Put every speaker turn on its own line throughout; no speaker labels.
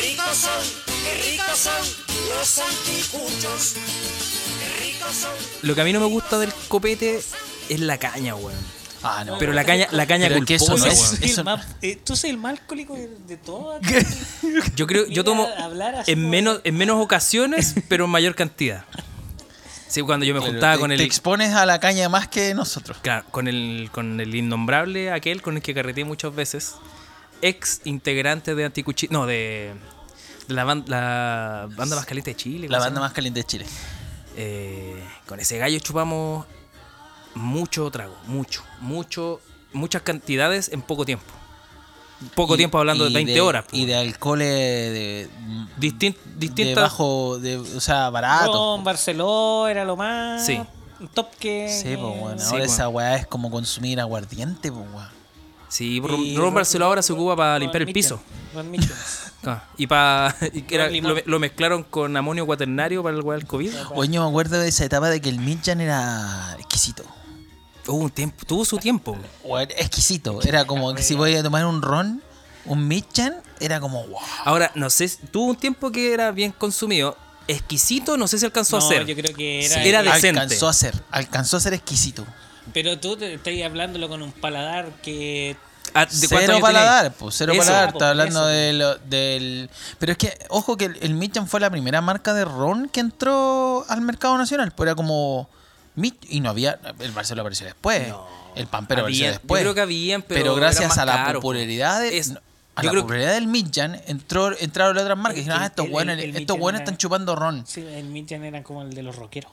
ricos son, qué ricos son los anticuchos. Qué ricos son.
Lo que a mí no me gusta del copete es la caña, weón.
Ah, no.
Pero la caña, la caña
Pero es que eso
culposa,
no es-
weón.
weón, eso-
El más- eh, tú sois el más alcohólico de, de todo. acá.
Yo creo,
Mira,
yo tomo
hablar así
en
como-
menos, en menos ocasiones, pero en mayor cantidad. Sí, cuando yo me
Pero
juntaba
te-
con
Te
el.
expones a la caña más que nosotros.
Claro, con el, con el innombrable aquel con el que carreteé muchas veces. Ex integrante de Anticuchillo. No, de. de la, ban- la banda más caliente de Chile.
La
¿cómo se
banda
llama?
más caliente de Chile.
Eh, con ese gallo chupamos mucho trago, mucho, mucho, muchas cantidades en poco tiempo. Poco
Y-
tiempo hablando de
y
20 horas. po.
Y de alcoholes de,
Distin- distintas.
de bajo, de, o sea, barato.
Ron, Barceló era lo más.
Sí.
Un top que.
Sí, pues bueno,
Sí,
ahora
po.
esa weá es como consumir aguardiente, pues weón.
Sí,
Y
Ron, Ron Barceló ahora se ocupa para
Ron
limpiar el
Mitchell,
piso.
Ron Mitchell.
Ah, y para lo,
limón.
lo mezclaron con amonio cuaternario para el weá del COVID.
Oye, yo me acuerdo de esa etapa de que el Midjan era exquisito.
Hubo un tiempo, tuvo su tiempo.
Weón, exquisito. Era como que si voy a tomar un ron, un Midjan, era como wow.
Ahora, no sé, si- tuvo un tiempo que era bien consumido. Exquisito, no sé si alcanzó a
No,
ser.
yo creo que
Sí,
era.
era de- decente.
Alcanzó a ser, alcanzó a ser exquisito.
Pero tú te, estás hablándolo con un paladar que.
Ah, ¿de cuántos
Cero
años
paladar,
tenía?
pues, cero
Eso.
paladar.
Ah,
Está
po,
hablando
eso.
de lo- del. Pero es que, ojo, que el, el Mitcham fue la primera marca de ron que entró al mercado nacional. Pues era como. Mitch- y no había. El Barcelona apareció después. el Pampero
Había-
apareció
yo
después.
creo que habían, pero eran
gracias
más
a la
caros,
popularidad de.
Es-
no,
yo
a la
creo que-
popularidad del Mitchan entró, entraron las otras marcas y
Es
dijeron,
que
ah,
el-
estos
el-
buenos,
el
estos
Mitcham
buenos
era-
están chupando ron.
Sí, el Mitchell era como el de los rockeros.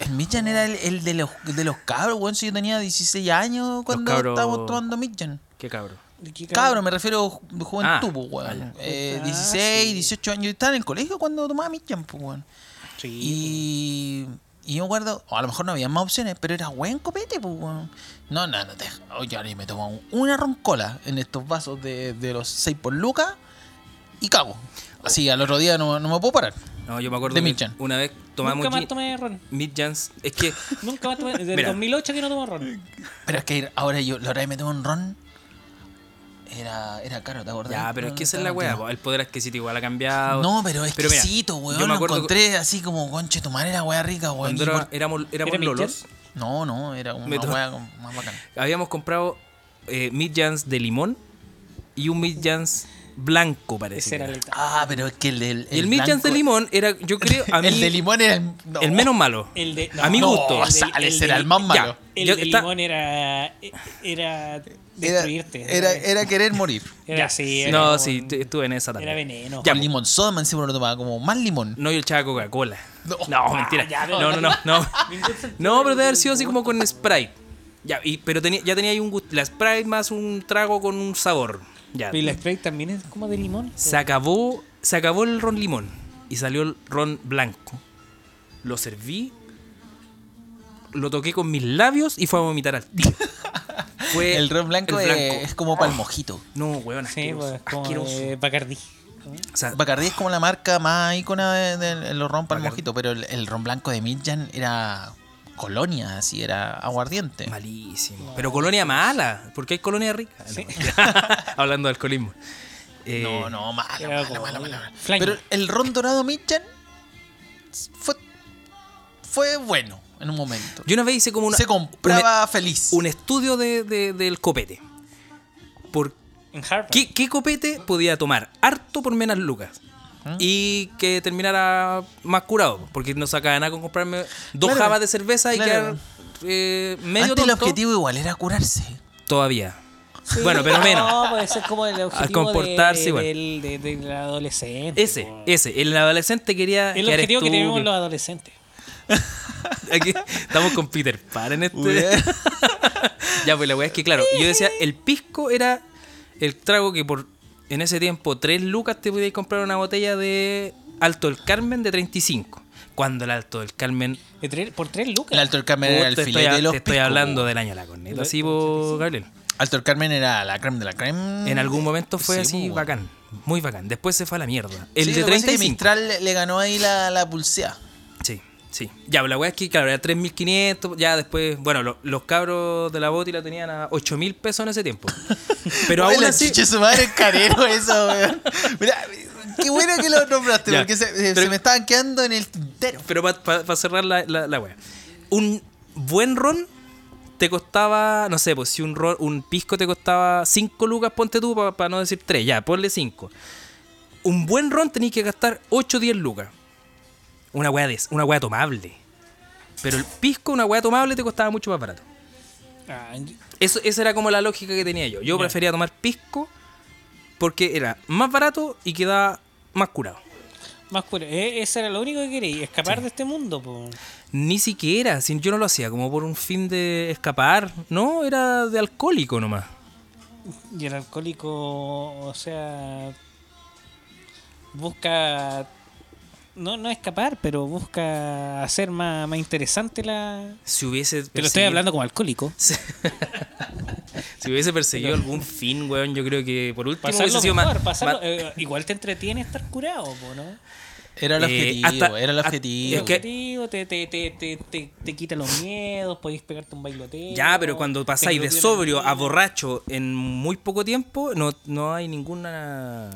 El Mitchan era el, el de los, el de los cabros, weón. Si yo tenía 16 años cuando
cabros-
estábamos tomando Mitchan.
Qué cabrón.
¿De qué
Cabro, me refiero a ju- juventud,
Ah,
pues, weón.
ya.
Eh,
Ah,
16,
sí.
18 años. Yo estaba en el colegio cuando tomaba Mitchan, pues, weón.
Sí.
Y, y yo guardo, o a lo mejor no había más opciones, pero era buen copete, pues, weón. No, no, no te. oh, yo ahora me tomo un- una roncola en estos vasos de, de los 6 por lucas y cago. Así, al otro día no, no me puedo parar.
No, yo me acuerdo
De
que
Mitchan.
una vez tomamos
Nunca más
gin-
tomé ron.
Mitjans. Es que
Nunca más tomé. Desde el
Mira.
2008 que no tomo ron.
Pero es que ahora yo, la hora de me tomo un ron. Era, era caro, ¿te acordás?
Ya, pero es
No,
que esa
no,
es la
no,
weá,
no.
po, el poder adquisitivo igual ha cambiado.
No, pero es
mira,
exquisito,
Yo
weón.
me
Lo
acuerdo que
encontré así como, conche, tu madre era weá rica, weón.
cuando
Y
era-
por-
éramos, éramos
¿Era
lolos,
No, no, era
Me
una
to-
weá como más bacana.
habíamos comprado eh, Midjans de limón y un Midjans blanco, parece.
Ese
que
era
era.
el Ita-
Ah, pero es que el del.
y el Midjans de
blanco-
limón era, yo creo, a mí,
el de limón era el, no.
el menos malo.
El de-
a mi
no,
gusto.
No,
el de-
sales,
el de-
era el más
ya.
malo.
El
Yo-
de
está-
limón era. e- Era.
Era,
Destruirte.
era, era querer morir.
Era así. era
no,
como-
sí, te- estuve en esa
Era
también.
veneno.
Ya,
Con limón soda, me encima lo tomaba como más limón.
No, yo echaba Coca-Cola.
No.
No, mentira.
ya, pero-
no, no, no, no.
Ningún sentido
No, pero
del
debe haber sido así como con Sprite. Ya, y, pero tenía, ya tenía ahí un gusto. La Sprite más un trago con un sabor. Ya.
Y la spray también es como de limón.
Se acabó, se acabó el ron limón y salió el ron blanco. Lo serví, lo toqué con mis labios y fue a vomitar al tiro. Fue
El ron blanco,
eh, el
Es, es como para el mojito.
No, weón,
Sí,
asqueroso.
pues, como
asqueroso.
de Bacardí.
O sea,
Bacardí es como la marca más ícona de, de- de los ron para el
Bacardí.
mojito, pero el, el ron blanco de Midjan era colonia, así, era aguardiente.
malísimo. Pero colonia mala, porque hay colonia rica. No, mentira. Hablando de alcoholismo. Eh,
No, no, mala,
Era
mala,
como-
mala, mala, mala.
Flaño.
Pero el ron dorado Mitchan fue, fue bueno en un momento.
Yo una vez hice como una,
Se compraba feliz.
un estudio de- de- del copete. ¿Por
En Harvard.
¿Qué, qué copete podía tomar? Harto por menos lucas.
¿Mm?
Y que terminara más curado. Porque no sacaba nada con comprarme dos
Claro,
jabas de cerveza y
claro.
quedar eh, medio
Antes el
tonto.
objetivo igual era curarse.
Todavía.
Sí,
Bueno, pero menos.
No, puede ser como el objetivo
comportarse
de-
igual.
del, de- del adolescente.
Ese,
po.
ese. El adolescente quería.
El
quedar
objetivo que tenemos los
estúpido.
adolescentes.
Aquí estamos con Peter Pan en
Uy,
este. ya, pues la weá es que, claro. Yo decía, el pisco era el trago que por en ese tiempo, tres lucas te podías comprar una botella de Alto del Carmen de 35. Cuando el Alto del Carmen
De tres- por tres lucas.
El Alto del Carmen
Puta,
era el
te
filete
estoy,
de los
te estoy
picos,
hablando
po.
del año de la corneta, sí, po, Gabriel.
Alto del Carmen era la creme de la creme.
En algún momento fue
Mm. Sí,
así
po.
bacán, muy bacán. Después se fue a la mierda. El
Sí,
de
lo que pasa es que
35.
Mistral le- le ganó ahí la, la pulsea.
Sí, sí. Ya, la weá es que, claro, era 3.500, ya después, bueno, lo- los cabros de la boti la tenían a 8.000 pesos en ese tiempo. Pero
Oye,
aún
la
así,
chucha su madre es carero eso, weón. Mira, Qué bueno que lo nombraste,
Ya.
porque se, eh, se-
Pero-
se me estaban quedando en el tintero.
Pero para cerrar la, la, la wea. Un buen ron te costaba, no sé, pues si un ron, un pisco te costaba 5 lucas, ponte tú, para no decir 3, ya, ponle 5. Un buen ron tenías que gastar 8 o 10 lucas. Una wea, de, una wea tomable. Pero el pisco, una wea tomable, te costaba mucho más barato.
Ah,
Eso, esa era como la lógica que tenía yo. Yo
Ya.
prefería tomar pisco porque era más barato y quedaba más curado.
más cura. Eh, Eso era lo único que quería, escapar de este mundo. po.
Ni siquiera, si yo no lo hacía como por un fin de escapar, no, era de alcohólico nomás.
Y el alcohólico, o sea, busca, no, no escapar, pero busca hacer más, más interesante la...
Si hubiese
Te lo estoy
perseguido-
hablando como alcohólico.
si hubiese perseguido algún fin, weón, yo creo que por último
Pasarlo
hubiese sido
mejor,
más-
pasarlo-
más-
eh, igual te entretiene estar curado, po, ¿no?
Era el
Eh,
objetivo,
hasta-
era el
hasta-
objetivo.
es que-
Objetivo, te, te, te, te, te, te quita los miedos, podéis pegarte un bailoteo.
Ya, pero cuando
te
pasáis de
bloquea la
sobrio a
vida.
borracho en muy poco tiempo, no, no hay ninguna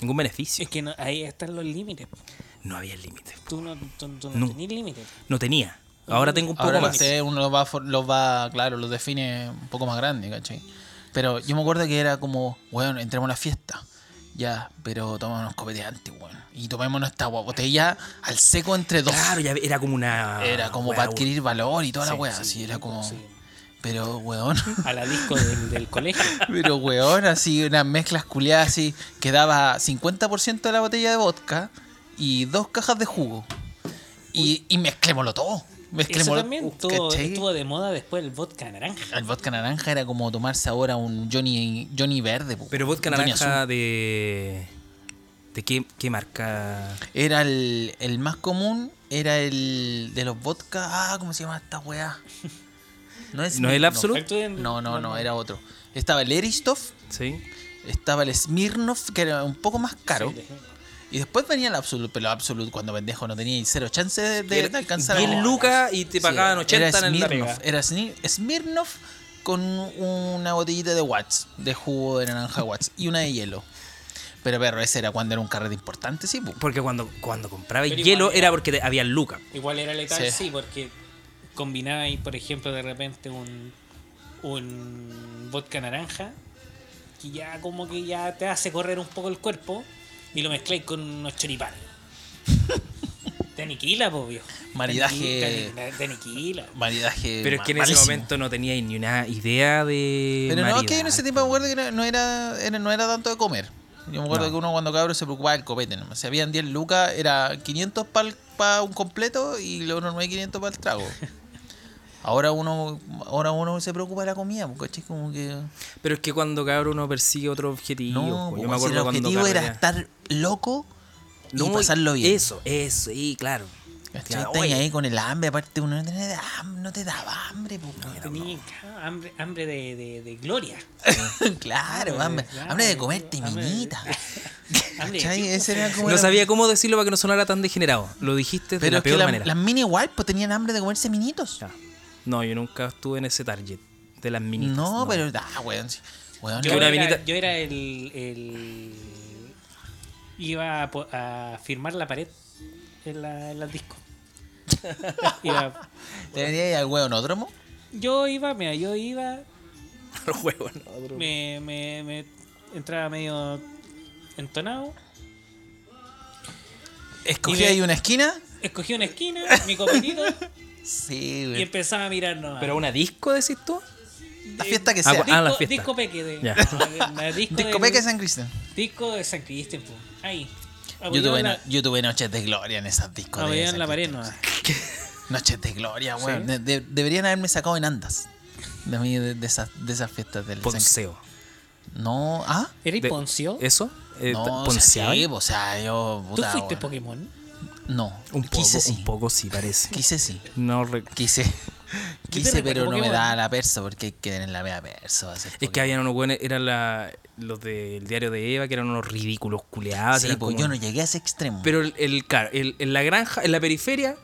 ningún beneficio.
Es que no- ahí están los límites. po.
No había límite.
Tú no, tú- tú no
No.
tenés límites.
No tenía. Ahora tengo un poco
Ahora
más.
usted uno los va, for- los va, claro, los define un poco más grande, ¿cachai? Pero yo me acuerdo que era como, weón, entremos a la fiesta. Ya, pero tomémonos copete antes, weón. Y tomémonos esta gua- botella al seco entre dos.
Claro, Ah, ya era como una.
era como
weá,
para adquirir valor y toda la
Sí,
weá.
sí,
así era como.
sí.
Pero, weón.
A la disco del, del colegio.
Pero, weón, así unas mezclas culiadas así. Que daba 50% de la botella de vodka y dos cajas de jugo. Y, y mezclémoslo todo.
Eso
Mezclémoslo
también
Uh,
estuvo,
¿cachai?
estuvo de moda después el vodka naranja.
El vodka naranja era como tomarse ahora un Johnny, Johnny verde. po.
Pero vodka
Johnny
naranja
azul.
de. ¿De qué, qué marca?
Era el, el más común, era el de los vodka. Ah, ¿cómo se llama esta weá? No es,
¿No es el Absolut?
No, no, no, era otro. Estaba el Eristov,
Sí.
estaba el Smirnoff, que era un poco más caro. y después venía el Absolut, pero el Absolut cuando pendejo no tenía cero chance de, de- de alcanzar a-
10 lucas y te
Sí,
pagaban 80
era
en el
Smirnoff,
largo.
Era Sni- Smirnoff con una botellita de Watts, de jugo de naranja Watts y una de hielo. Pero perro, ese era cuando era un carrete importante, sí. pues. pu.
Porque cuando, cuando compraba
Pero
hielo
igual
era porque te- había lucas.
Igual era letal,
Sí.
sí, porque combináis, por ejemplo, de repente un, un vodka naranja, que ya como que ya te hace correr un poco el cuerpo, y lo mezcláis con unos choripanes. te aniquila, po, viejo. Te
Maridaje.
aniquila, Te, te aniquila.
Maridaje.
Pero es que en
malísimo.
ese momento no teníais ni una idea de.
Pero no, es que yo en
maridar,
ese tiempo me
po.
acuerdo que no, no era, era- no era tanto de comer. Yo me acuerdo que uno cuando cabro se preocupaba del copete. ¿no? Si habían 10 lucas, era 500 para un completo y lo normal es 500 para el trago. Ahora uno, ahora uno se preocupa de la comida, po, ¿cachai? Como que.
Pero es que cuando cabrón uno persigue otro objetivo.
No,
po.
po,
pues, yo me
si
acuerdo
el
cuando
objetivo era
carretea.
estar loco y
No,
pasarlo bien.
Eso, eso, y claro.
¿Cachai?
Ya,
Estás
oye,
ahí con el hambre, aparte uno no, tenía hambre, no te daba hambre, pues, po, weón.
Tenía ca- hambre, hambre de, de- de gloria.
claro,
Hambre,
hambre,
claro,
hambre de comerte
hambre de-
minita.
Hambre de
¿Cachai?
tiempo.
Ese era como
No
la-
sabía cómo decirlo para que no sonara tan degenerado. Lo dijiste de
Pero
la
es que
peor
la-
manera.
las mini igual pues tenían hambre de comerse minitos.
Ya. No, yo nunca estuve en ese target de las minitas.
no, pero ah, weón, sí. Weón,
Yo,
Que una
era,
vinita-
yo era el, el- Iba a, po- a firmar la pared en la, en las discos. Iba-
¿Te venías ahí al weonódromo?
yo iba, mira, yo iba,
Los huevos, no, otro-
me, me- me entraba medio entonado,
Escogí
Y de-
ahí una esquina.
escogí una esquina, mi copetito,
Sí,
y
weón.
empezaba a mirar
Ah.
nomás.
Pero una disco, decís tú.
La fiesta que
Ah,
sea.
bueno. ah, la
Disco-
fiesta.
Disco Peque de.
Ya.
la disco
pues, ah, Disco
del-
Peque San Cristian.
Disco de San Cristian, po. Ahí.
Yo
Apoyado
tuve,
en la-
no- yo tuve noches de gloria en esas discos. de
apoyado en
San
la pared
Cristian.
nomás.
Noches de gloria, weón. De- de- deberían haberme sacado en andas. De mí, de, de esas, de esas fiestas del
Ponceo.
No, ah.
¿Eres
De-
Poncio?
¿Eso? Eh,
No, o sea,
¿Ponceaba?
sí, pues, o sea, yo.
¿Tú
Puta,
fuiste
weón.
Pokémon?
No,
Un poco,
quise sí.
un poco sí parece.
Quise sí.
No re-
Quise. Quise,
recuerdo
pero no me
Pokémon?
daba la persa porque hay que tener la media persa. para hacer
Es que
Pokémon.
habían unos buenos, eran la, los del diario de Eva, que eran unos ridículos culeados.
Sí,
eran
pues
como-
yo no llegué a ese extremo.
Pero el, el- claro, el- en la granja, en la periferia,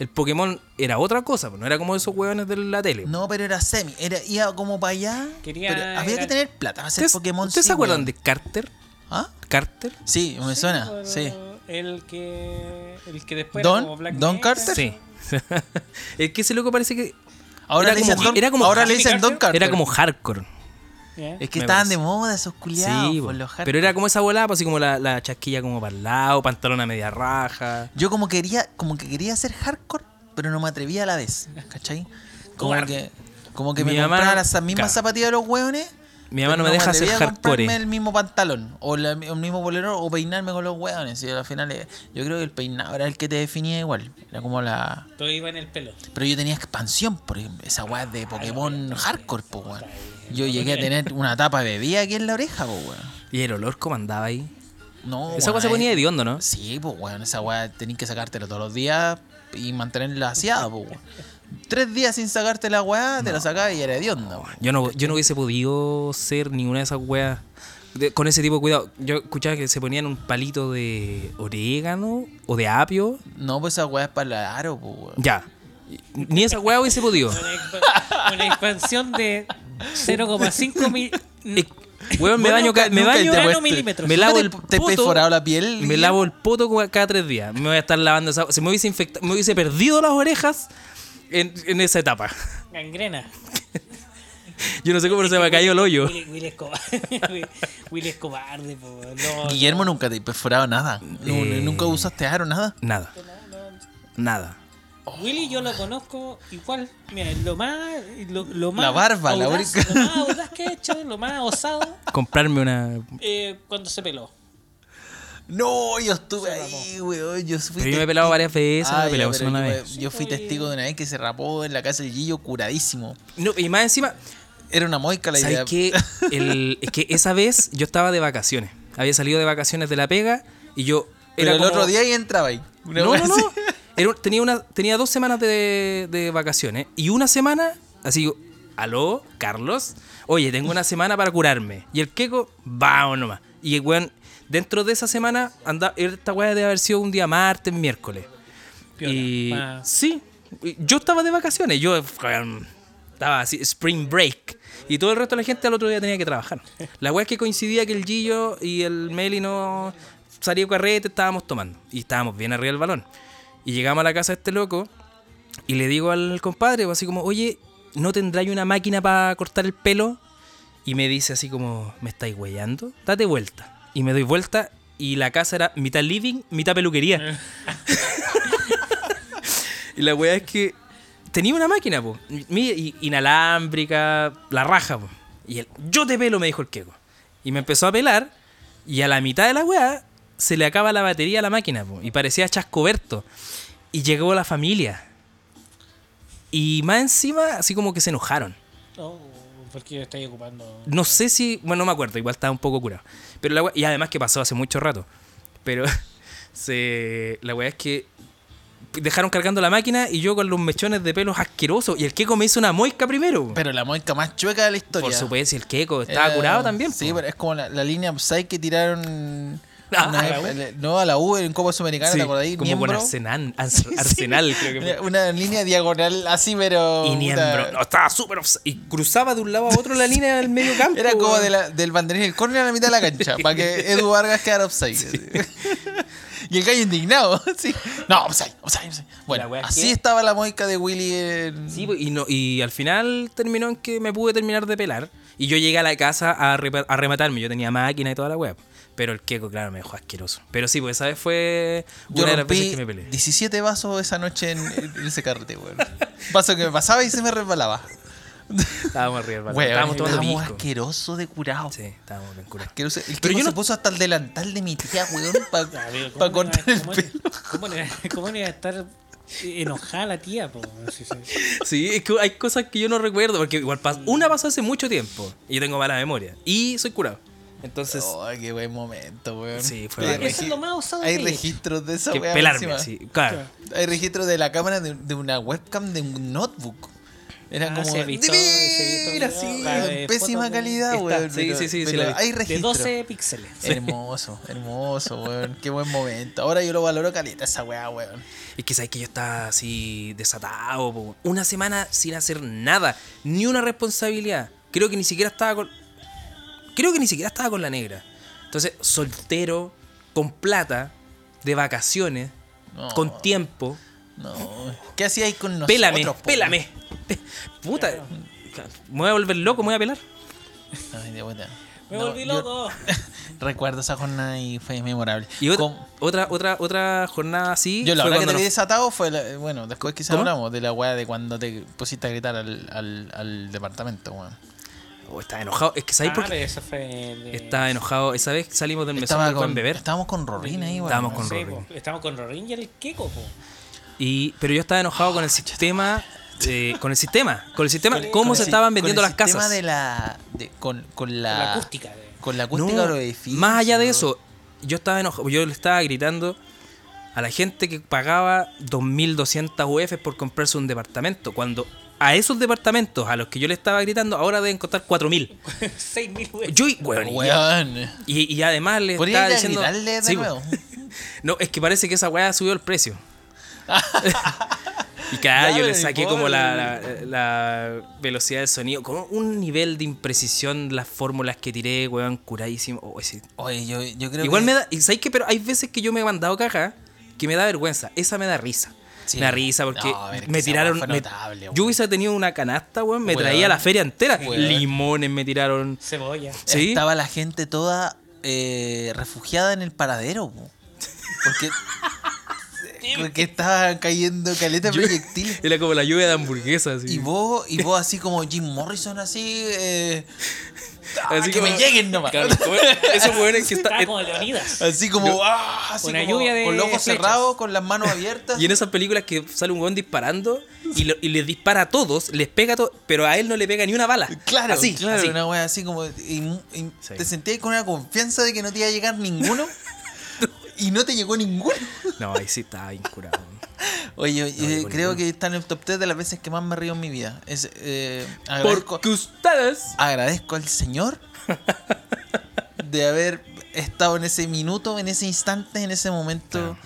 el Pokémon era otra cosa, pues, no era como esos hueones de la tele.
no, pero era semi. Era, iba como para allá.
Quería-
pero había
era-
que tener plata. Para hacer
¿Ustedes,
Pokémon
¿ustedes
sí,
se acuerdan
weón.
de Carter?
¿Ah?
¿Carter?
Sí, me suena,
pero
sí.
El que, el que después
Don-
era como Black
Don
Mesa.
Carter.
Sí. es que ese loco parece que
Ahora
Era
le dicen
como-
Don,
era como
ahora le
Harvey
dicen Don
Carter.
Carter.
era como hardcore.
¿Ya?
Es que
Me
estaban
parece.
de moda esos culiados.
Sí,
por
po.
los hard-
pero era como esa volada, pues, así como la, la chasquilla como para el lado, pantalón a media raja.
Yo como quería, como que quería ser hardcore, pero no me atrevía a la vez, ¿cachai? Como
Cobarde.
que, como que
Mi
me
mamá-
compraba las mismas
claro.
zapatillas de los hueones.
Mi mamá
pero
no me deja hacer
atrevía a comprarme
hardcore.
el mismo pantalón, o la- el mismo bolero, o peinarme con los hueones. Y al final, eh, yo creo que el peinado era el que te definía igual. Era como la.
Todo iba en el pelo.
Pero yo tenía expansión, por ejemplo, esa weá de Pokémon hardcore, po, weón. Yo llegué a tener una tapa de bebida aquí en la oreja, po, weón.
Y el olor como andaba ahí.
No,
Esa cosa se ponía
de
hediondo, ¿no?
Oh, Sí, pues weón, esa weá tenés que sacártela todos los días y mantenerla aseada, pues weón. Tres días sin sacarte la weá, te la sacabas y era hedionda, weón.
Yo no, yo no hubiese podido ser ninguna de esas weas de- con ese tipo de cuidado. Yo escuchaba que se ponían un palito de orégano o de apio.
No, pues esa weá es para la aro, pues weón.
Ya. Ni esa wea hubiese podido.
Una, expa- una expansión de 0,5 mil.
Eh, Weón, me
Vos
baño,
nunca-
ca- me
nunca
baño,
te
nano
puedes-
milímetros.
me
¿Nunca
lavo
te-
el
Te has
poto,
perforado la piel.
me
Guille?
lavo el poto cada- cada tres días. Me voy a estar lavando esa. Se me hubiese infectado, me hubiese perdido las orejas en, en esa etapa.
Gangrena.
Yo no sé cómo no se me cayó el hoyo.
Will, Will Escobar. Will es cobarde, po. No,
Guillermo nunca te has perforado nada. Nu-
Eh.
Nunca usaste aro, nada.
Nada. Nada.
Willy yo lo conozco igual, mira, lo más, lo, lo más
La barba, la
audaz,
única.
lo más audaz que ha hecho, lo más osado,
Comprarme una.
eh, cuando se peló.
No, yo estuve ahí, weón. Yo fui
Pero yo me he
testigo-
pelado varias veces, me he
ya,
pelado
pero
solo una
yo,
vez.
yo fui testigo de una vez que se rapó en la casa del Gillo curadísimo.
No, y más encima,
Era una moica la idea.
¿sabes qué? El- es que esa vez yo estaba de vacaciones. Había salido de vacaciones de la pega y yo.
Pero
era
el
como-
otro día y entraba ahí. Una
No,
wea
no,
así.
no. Era un- tenía, una, tenía dos semanas de, de vacaciones y una semana, así, digo, aló, Carlos, oye, tengo una semana para curarme. Y el queco, vamos nomás. Y el weón, dentro de esa semana, anda, esta weá debe haber sido un día martes, miércoles.
Piola,
y
pa-
sí, y yo estaba de vacaciones, yo um, estaba así, spring break. Y todo el resto de la gente al otro día tenía que trabajar. La weá es que coincidía que el Gillo y el Meli no salió carrete, estábamos tomando. Y estábamos bien arriba del balón. Y llegamos a la casa de este loco y le digo al compadre, así como, oye, ¿no tendráis una máquina para cortar el pelo? Y me dice así como, ¿me estáis huellando? Date vuelta. Y me doy vuelta y la casa era mitad living, mitad peluquería. y la weá es que tenía una máquina, po. Mi- i- Inalámbrica, la raja, po. Y él, yo te pelo, me dijo el queco. Y me empezó a pelar y a la mitad de la weá se le acaba la batería a la máquina, po. Y parecía chascoberto. Y llegó la familia. Y más encima, así como que se enojaron.
no, porque estáis ocupando.
No sé si. Bueno, no me acuerdo, igual estaba un poco curado. Pero la wea- y además que pasó hace mucho rato. Pero se, la weá es que dejaron cargando la máquina y yo con los mechones de pelos asquerosos. Y el queco me hizo una moisca primero.
Pero la moica más chueca de la historia.
Por supuesto, y el queco estaba
Era-
curado también.
Sí,
po.
pero es como la, la línea Psy que tiraron.
Ah,
una
¿a
vez-
la U?
le- no, a la U en Copa Sudamericana,
Sí,
¿te acordáis?
como
Miembro.
con Arsenal, Arsenal creo que fue.
Una, una línea diagonal así, pero.
Y
puta,
miembro, no, estaba súper obs- Y cruzaba de un lado a otro la línea del medio campo.
Era como
weón.
de la- del banderín del córner a la mitad de la cancha, para que Edu Vargas quedara offside. y el gallo indignado. sí. No, offside, offside, offside.
La
Bueno,
wea es
así
que-
estaba la moica de Willy en-
Sí, pues, y, no, y al final terminó en que me pude terminar de pelar. Y yo llegué a la casa a, repa- a rematarme. Yo tenía máquina y toda la web. Pero el queco, claro, me dejó asqueroso. Pero sí, pues esa vez fue
Yo
una de las veces
rompí
que me peleé.
17 vasos esa noche en, en ese carrete, weón. Vaso que me pasaba y se me resbalaba.
Estábamos arriba, del balcón,
Weón,
estábamos tomando
estábamos
pisco.
asqueroso de curado.
Sí, estábamos bien curados.
Asqueroso. El
Pero
tipo
yo
se
no-
puso hasta el delantal de mi tía, weón,
A
para
ver, ¿cómo no iba-
cortar el
cómo-
pelo.
¿Cómo le cómo le iba a estar enojada la tía? po? Sí, sí.
Sí, es que hay cosas que yo no recuerdo. Porque igual pas- una pasó hace mucho tiempo. Y yo tengo mala memoria. Y soy curado. Entonces,
Ay, qué buen momento, weón.
Sí, fue
Hay
bacán.
Eso es lo más osado
Hay
que he hecho.
registros de esa
que
weá
pelarme
encima.
así. Claro.
Hay registros de la cámara de, de una webcam de un notebook. Era
Ah,
como.
se ha visto-
"Divina",
se ha visto
así,
video, la de
en pésima
fotos de-
calidad,
Está,
weón.
sí,
pero-
sí, sí, sí,
pero
la vi.
hay
De
registros.
12 píxeles.
Hermoso, hermoso, weón. Qué buen momento. Ahora yo lo valoro caleta esa weá, weón.
Es que sabes que yo estaba así desatado, po. una semana sin hacer nada, ni una responsabilidad. Creo que ni siquiera estaba con. Creo que ni siquiera estaba con la negra. Entonces, soltero, con plata, de vacaciones,
No.
con tiempo,
No. ¿Qué hacía ahí con pues? nosotros?
pélame,
po?
pélame. Puta, me voy a volver loco, me voy a pelar.
Ay, de vuelta.
Me
No,
volví
yo
loco.
Recuerdo esa jornada y fue memorable.
Y otra,
Com-
otra, otra, otra jornada así.
Yo la
fue
verdad que te
cuando
vi
nos-
desatado fue, la- bueno, después quizás
¿Cómo?
hablamos de la weá de cuando te pusiste a gritar al, al, al departamento, weón.
Oh, estaba enojado. Es que ¿sabéis
Ah,
por qué?
pero eso fue de-
Estaba enojado. Esa vez salimos del mesón
Ah, Estaba
del Juan
con,
Beber.
estábamos con Rorín ahí, weón.
Estábamos
no
con
sé,
Rorín.
po. Estamos con Rorín y el Keko, po.
Y, pero yo estaba enojado
Ah,
con el sistema. eh, con el sistema. Con el sistema.
Con el-
¿Cómo
Con
se
el si-
estaban vendiendo
con
las
el sistema
casas?
de la, de- con, con la,
Con la acústica. de-
Con la
No,
acústica de los edificios.
más allá de eso, yo estaba enojado. Yo le estaba gritando a la gente que pagaba 2.200 UF por comprarse un departamento. Cuando a esos departamentos a los que yo le estaba gritando, ahora deben costar 4.000.
6.000 weón.
Yo, weón, y-
Weón.
y, y además le
Podría
estaba
ir a
diciendo.
gritarle de
Sí, pues, po.
nuevo.
No, es que parece que esa weá subió el precio. y claro,
Ya,
yo le
pero
saqué
igual.
como la, la- la velocidad del sonido, con un nivel de imprecisión las fórmulas que tiré, weón, curadísimo. Oh, sí.
Oye, yo, yo creo
Igual
que-
me da, y ¿sabes qué? Pero hay veces que yo me he mandado caja que me da vergüenza, esa me da risa.
Sí.
Me da risa porque
No, a ver, que
me
esa
tiraron.
weá fue
me-
notable,
yo
weón.
hubiese tenido una canasta, weón, me
Weón.
traía la feria entera.
Weón.
Limones me tiraron.
Cebolla.
Sí.
Estaba la gente toda eh, refugiada en el paradero, po. Porque, porque estaban cayendo caleta de
Yo-
proyectiles.
Era como la lluvia de hamburguesas.
Y
así.
vos, y vos así como Jim Morrison así, eh, ¡ah,
Así
que
como-
me lleguen nomás.
Claro, Esos weones que eh,
Estaba
están.
como Leonidas.
Así como, ¡ah! así
Una
como
lluvia de
con los ojos
flechas.
cerrados, con las manos abiertas.
Y en esas películas que sale un weón disparando y, lo- y les dispara a todos, les pega a todos, pero a él no le pega ni una bala.
Claro,
así,
claro,
así.
una wea así como. y- y
Sí.
Te sentías con una confianza de que no te iba a llegar ninguno. y no te llegó ninguno.
No, ahí sí estaba incurado.
Oye, oye,
llegó
eh,
ninguno.
creo que está en el top 3 de las veces que más me río en mi vida. Es, eh, agradezco,
Porque ustedes.
agradezco al Señor de haber estado en ese minuto, en ese instante, en ese momento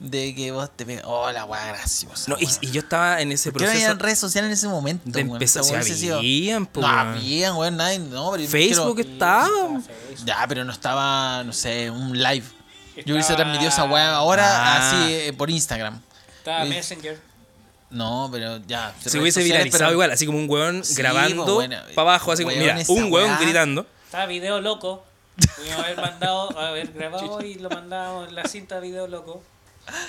de que vos te pegas. Oh, la wea graciosa.
No, y,
weón.
y yo estaba en ese
¿Por qué no había
proceso
redes sociales en ese momento?
de
weón? Esa
empezar.
wea
se
hubiese sido-
habían, po,
No,
weón.
habían, weón, nadie- no, pero yo
Facebook
quiero-
estaba.
Ya, pero no estaba, no sé, un live. Yo hubiese
Estaba-
transmitido esa weá ahora
Ah.
así eh, por Instagram.
Estaba
Y-
Messenger.
No, pero ya.
Se
redes
hubiese
sociales,
viralizado
pero-
igual, así como un weón
Sí,
grabando
po, bueno,
para abajo, así como,
weón,
mira,
esa
un weón
weá.
gritando.
Estaba Video Loco. Pudimos haber mandado, haber grabado y lo mandamos en la cinta Video Loco.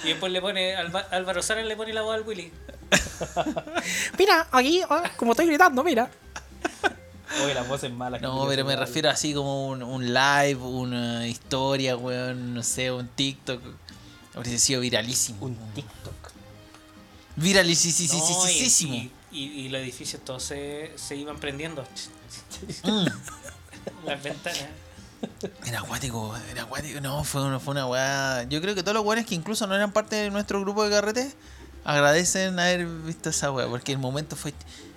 Y después le pone, Alba- Álvaro Sara le pone la voz al Willy.
Mira, aquí, ah, como estoy gritando, mira.
Oye, las voces malas.
No, pero me refiero así como un, un live, una historia, weón, no sé, un TikTok. Hubiese sido viralísimo.
Un TikTok. No, y-
Viralísimo.
y, y- y los edificios todos se, se iban prendiendo. Las ventanas.
Mm. Era acuático, era acuático. No, fue una, fue una weá. Yo creo que todos los weones que incluso no eran parte de nuestro grupo de carretes agradecen haber visto esa weá, porque el momento fue.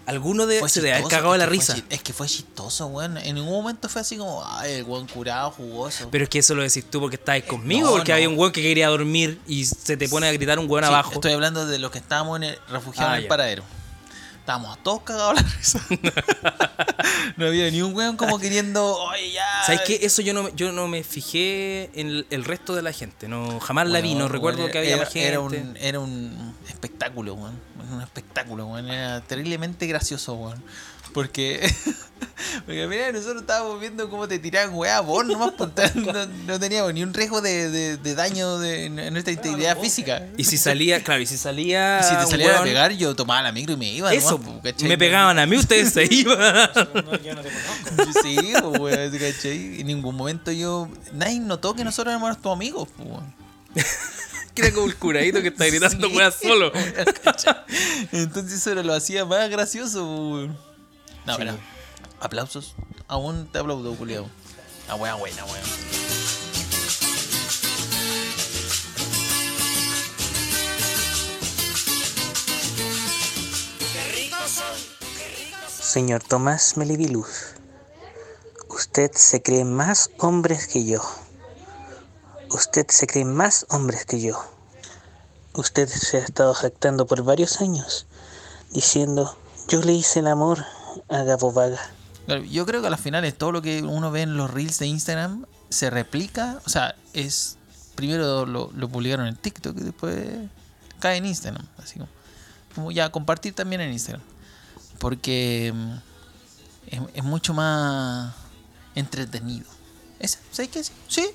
Alguno de
fue
se debe haber
chistoso,
cagado de
es
la
que
risa.
fue chi- es que fue chistoso, weón. En ningún momento fue así como, ay, el weón curado, jugoso.
Pero es que eso lo decís tú porque estabas conmigo,
No,
porque
no.
había un weón que quería dormir y se te pone a gritar un weón
Sí,
abajo.
Estoy hablando de los que estábamos en el, refugiados
Ah,
en el
ya.
paradero. Estábamos todos cagados de la risa. no había ni un weón como queriendo, oye, ya.
¿Sabes qué? Eso yo no, me- yo no me fijé en el, el resto de la gente. No, jamás la vi,
Bueno,
no
weón,
recuerdo
era-
que había
era,
más gente.
Era un, era un espectáculo, weón. Era Un espectáculo, weón. Era terriblemente gracioso, weón. Porque. Porque mira, nosotros estábamos viendo cómo te tiraban weá, vos nomás por estar- no, no teníamos ni un riesgo de, de- de daño de, en nuestra integridad física.
Y si salía, claro, y si salía.
Y si te
un
salían a
Ah, weón-
pegar, yo tomaba la micro y me iba.
Eso,
nomás, po,
po.
¿cachai?
me pegaban a mí, ustedes se iban.
No, yo no te conozco.
Sí, po, weón, ¿cachai? En ningún momento yo. Nadie notó que nosotros éramos tus amigos, po, weón.
que era como el curadito que está gritando
Sí.
weón solo.
Entonces eso lo hacía más gracioso, po, weón. No,
Sí.
pero. Aplausos. Aún te aplaudo, culiao. La wea buena, weón.
Señor Tomás Melivilus, usted se cree más hombres que yo. Usted se cree más hombres que yo. Usted se ha estado jactando por varios años, diciendo, yo le hice el amor a Gabo Vaga.
Claro, yo creo que a las finales todo lo que uno ve en los reels de Instagram se replica. O sea, es. Primero lo, lo publicaron en TikTok y después cae en Instagram. Así como, como ya compartir también en Instagram. Porque mm, es, es mucho más entretenido. ¿Esa? ¿Sabes qué? Sí,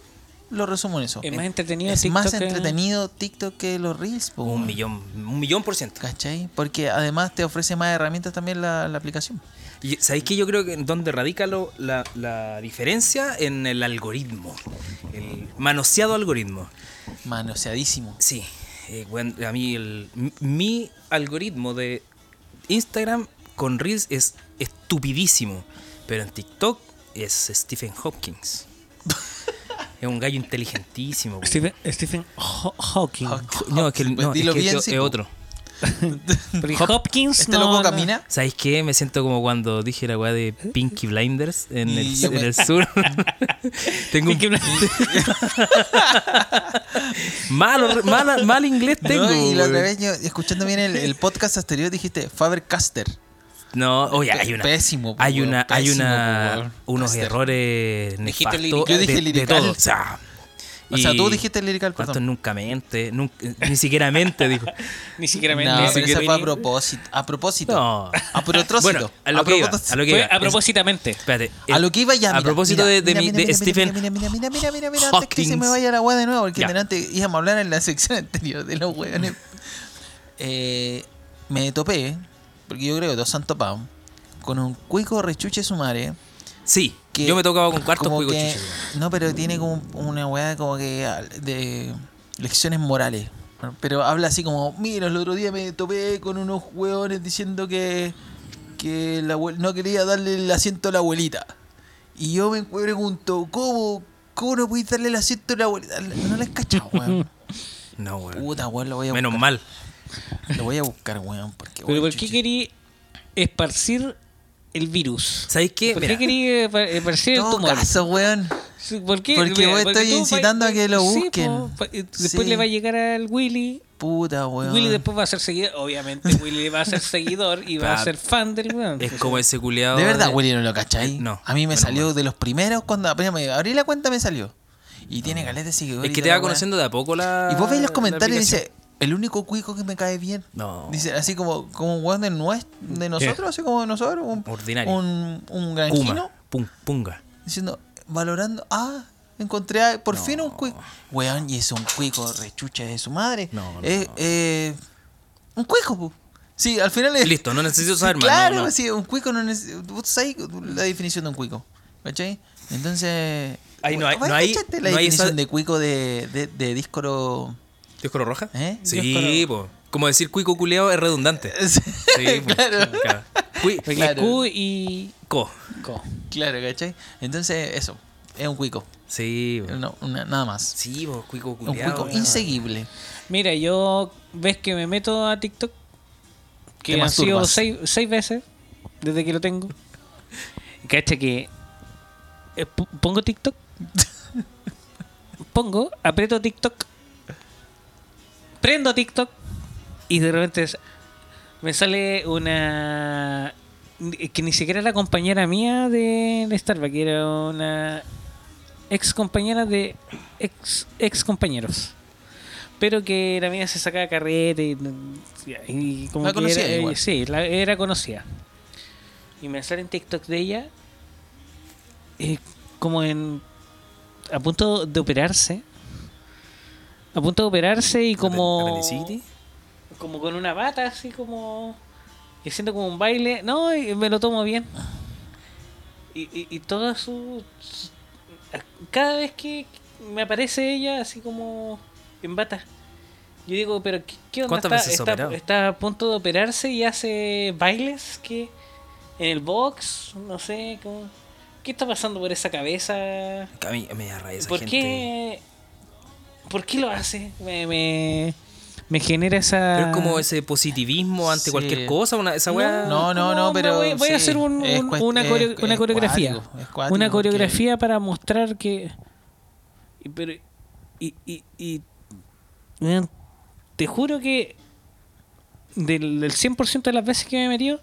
lo resumo en eso.
Es más entretenido
Es más
TikTok que-
entretenido TikTok que los reels. po,
Un
weón.
millón, un millón por ciento.
¿Cachai? Porque además te ofrece más herramientas también la, la aplicación.
Y sabéis que yo creo que en donde radica lo- la, la diferencia en el algoritmo, el manoseado algoritmo.
Manoseadísimo.
Sí, eh, weón, a mí el, mi- mi algoritmo de Instagram con Reels es estupidísimo, pero en TikTok es Stephen Hopkins. es un gallo inteligentísimo. weón.
Stephen, Stephen Haw- Hawking.
No, es que, el-
Pues
no, es,
dilo
que
bien,
es-
sí,
es
po.
otro.
Pero ¿y Hopkins
Este
no,
loco
no.
camina.
¿Sabéis qué? Me siento como cuando dije la weá de Pinky Blinders en,
Y
el,
yo
en
me-
el sur. tengo un
Pinky Blinders.
malo, mala- mal inglés tengo.
No, y la otra
weón.
vez yo, escuchando bien el, el podcast anterior, dijiste Faber Caster.
No, oye, hay una.
Pésimo, po,
Hay
weón,
una, hay
pésimo, po,
una,
weón.
unos
Caster.
errores nefastos.
lírica.
Yo dije
de- de
lirical.
todo, o sea,
O sea,
y
tú dijiste lirical,
¿cuántos
perdón.
nunca mente, Nunca- ni siquiera mente, dijo.
Ni siquiera me
No,
ni
pero
siquiera
esa fue a
venía.
propósito. A propósito.
No.
A protrócito.
Bueno, a lo que iba, a lo que
Fue
iba.
a propósitamente.
Espérate,
A lo que iba ya.
A
mira,
propósito
mira,
de, de
mira,
mi-
mira,
de
mira,
Stephen
Mira, mira, mira, mira, mira, mira, antes que se
Hawkins.
me vaya la weá de nuevo, porque
Ya.
delante íbamos a hablar en la sección anterior de los weones. Eh, me topé, porque yo creo que todos se han topado, con un cuico rechuche sumare.
Sí,
que
yo me tocaba con cuartos
como
juegos
que-
chuchos.
No, pero tiene como una weá como que al- de lecciones morales. Pero habla así como, mira, el otro día me topé con unos weones diciendo que, que la abue- no quería darle el asiento a la abuelita. Y yo me pregunto, ¿cómo, cómo no podéis darle el asiento a la abuelita? No la he cachado, weón.
No, weón.
Puta, weón, lo voy a buscar.
Menos mal.
Lo voy a buscar, weón. Porque,
Pero
weón,
¿por qué
chucha.
querí esparcir el virus?
¿Sabéis qué?
¿Por
Mira,
qué querí eh, pa- esparcir el
Todo
tumor?
caso, weón.
Sí, ¿Por qué?
Porque
Mira,
vos estoy
tú
incitando
va-
a que lo
sí,
busquen.
po, pa- eh, después
Sí.
le va a llegar al Willy.
Puta, weón.
Willy después va a ser seguidor. Obviamente, Willy va a ser seguidor y va a
Pa-
ser fan del weón.
es como ese culiado.
De verdad, Willy, no lo cachai.
No.
A mí me
Menos
salió de los primeros cuando apenas me abrí la cuenta me salió. Y tiene caleta de seguidores.
Es
y
que te
toda
va
la weá.
conociendo de a poco la.
Y vos veis los
la
comentarios y
aplicación.
dice, el único cuico que me cae bien.
No.
Dice, así como, como un weón de, nues- de nosotros, así como de nosotros. Un,
Ordinario.
Un, un
Kuma,
granjino.
pum, punga.
Diciendo, valorando, ah, encontré a- por fin un cuico. Weón, y es un cuico rechucha de su madre.
No, no,
Es, eh, un cuico, pu. Sí, al final es...
Listo, no necesito
Sí,
saber más.
Claro,
no, no.
sí, un cuico no neces- ¿Vos sabés la definición de un cuico? ¿Cachai? Entonces.
Ahí no hay-
¿Vos
no hay-
cachaste la
no hay
definición
esa-
de cuico de, de, de discoro.
¿Dios color roja?
¿Eh?
Sí, po. Como decir cuico culeado es redundante. Sí, po.
claro.
Claro. Cui-
Porque
claro.
Q y
co.
Co.
Claro, ¿cachai? Entonces, eso. Es un cuico.
Sí, po.
No, una- nada más.
Sí, po, cuico
Un
culeado.
cuico inseguible.
Mira, yo ves que me meto a TikTok,
Te
que han sido
masturbas.
seis, seis veces desde que lo tengo. Y Cacha que eh, p- pongo TikTok, pongo, aprieto TikTok, prendo TikTok y de repente es- me sale una eh, que ni siquiera era la compañera mía de de Starbucks, era una ex compañera de ex, ex compañeros. Pero que la mía se sacaba carrete y, y como
La
que
conocía
era,
igual.
sí, la- era conocida. Y me sale en TikTok de ella eh, como en a punto de operarse. A punto de operarse y como
Appendicitis.
como con una bata así como y haciendo como un baile no y me lo tomo bien y, y, y toda su su- cada vez que me aparece ella así como en bata yo digo pero qué, qué onda
¿Cuántas
está,
veces se ha
está-
operado?
está a punto de operarse y hace bailes que en el box no sé como, qué está pasando por esa cabeza
A mí me da rabia esa
¿Por
gente.
qué? ¿Por qué lo hace? Me, me, me genera esa.
Pero es como ese positivismo ante
Sí.
cualquier cosa, una, esa
No,
weá.
No, no, no,
Ah, me
pero.
Voy, voy a
sí,
hacer un-
es
un-
cuest-
una,
es-
coreo- una
es
coreografía.
cuático, es cuático
una
porque-
coreografía para mostrar que. y- Pero. Y. y, y- weón, te juro que. Del, del 100% de las veces que me he metido,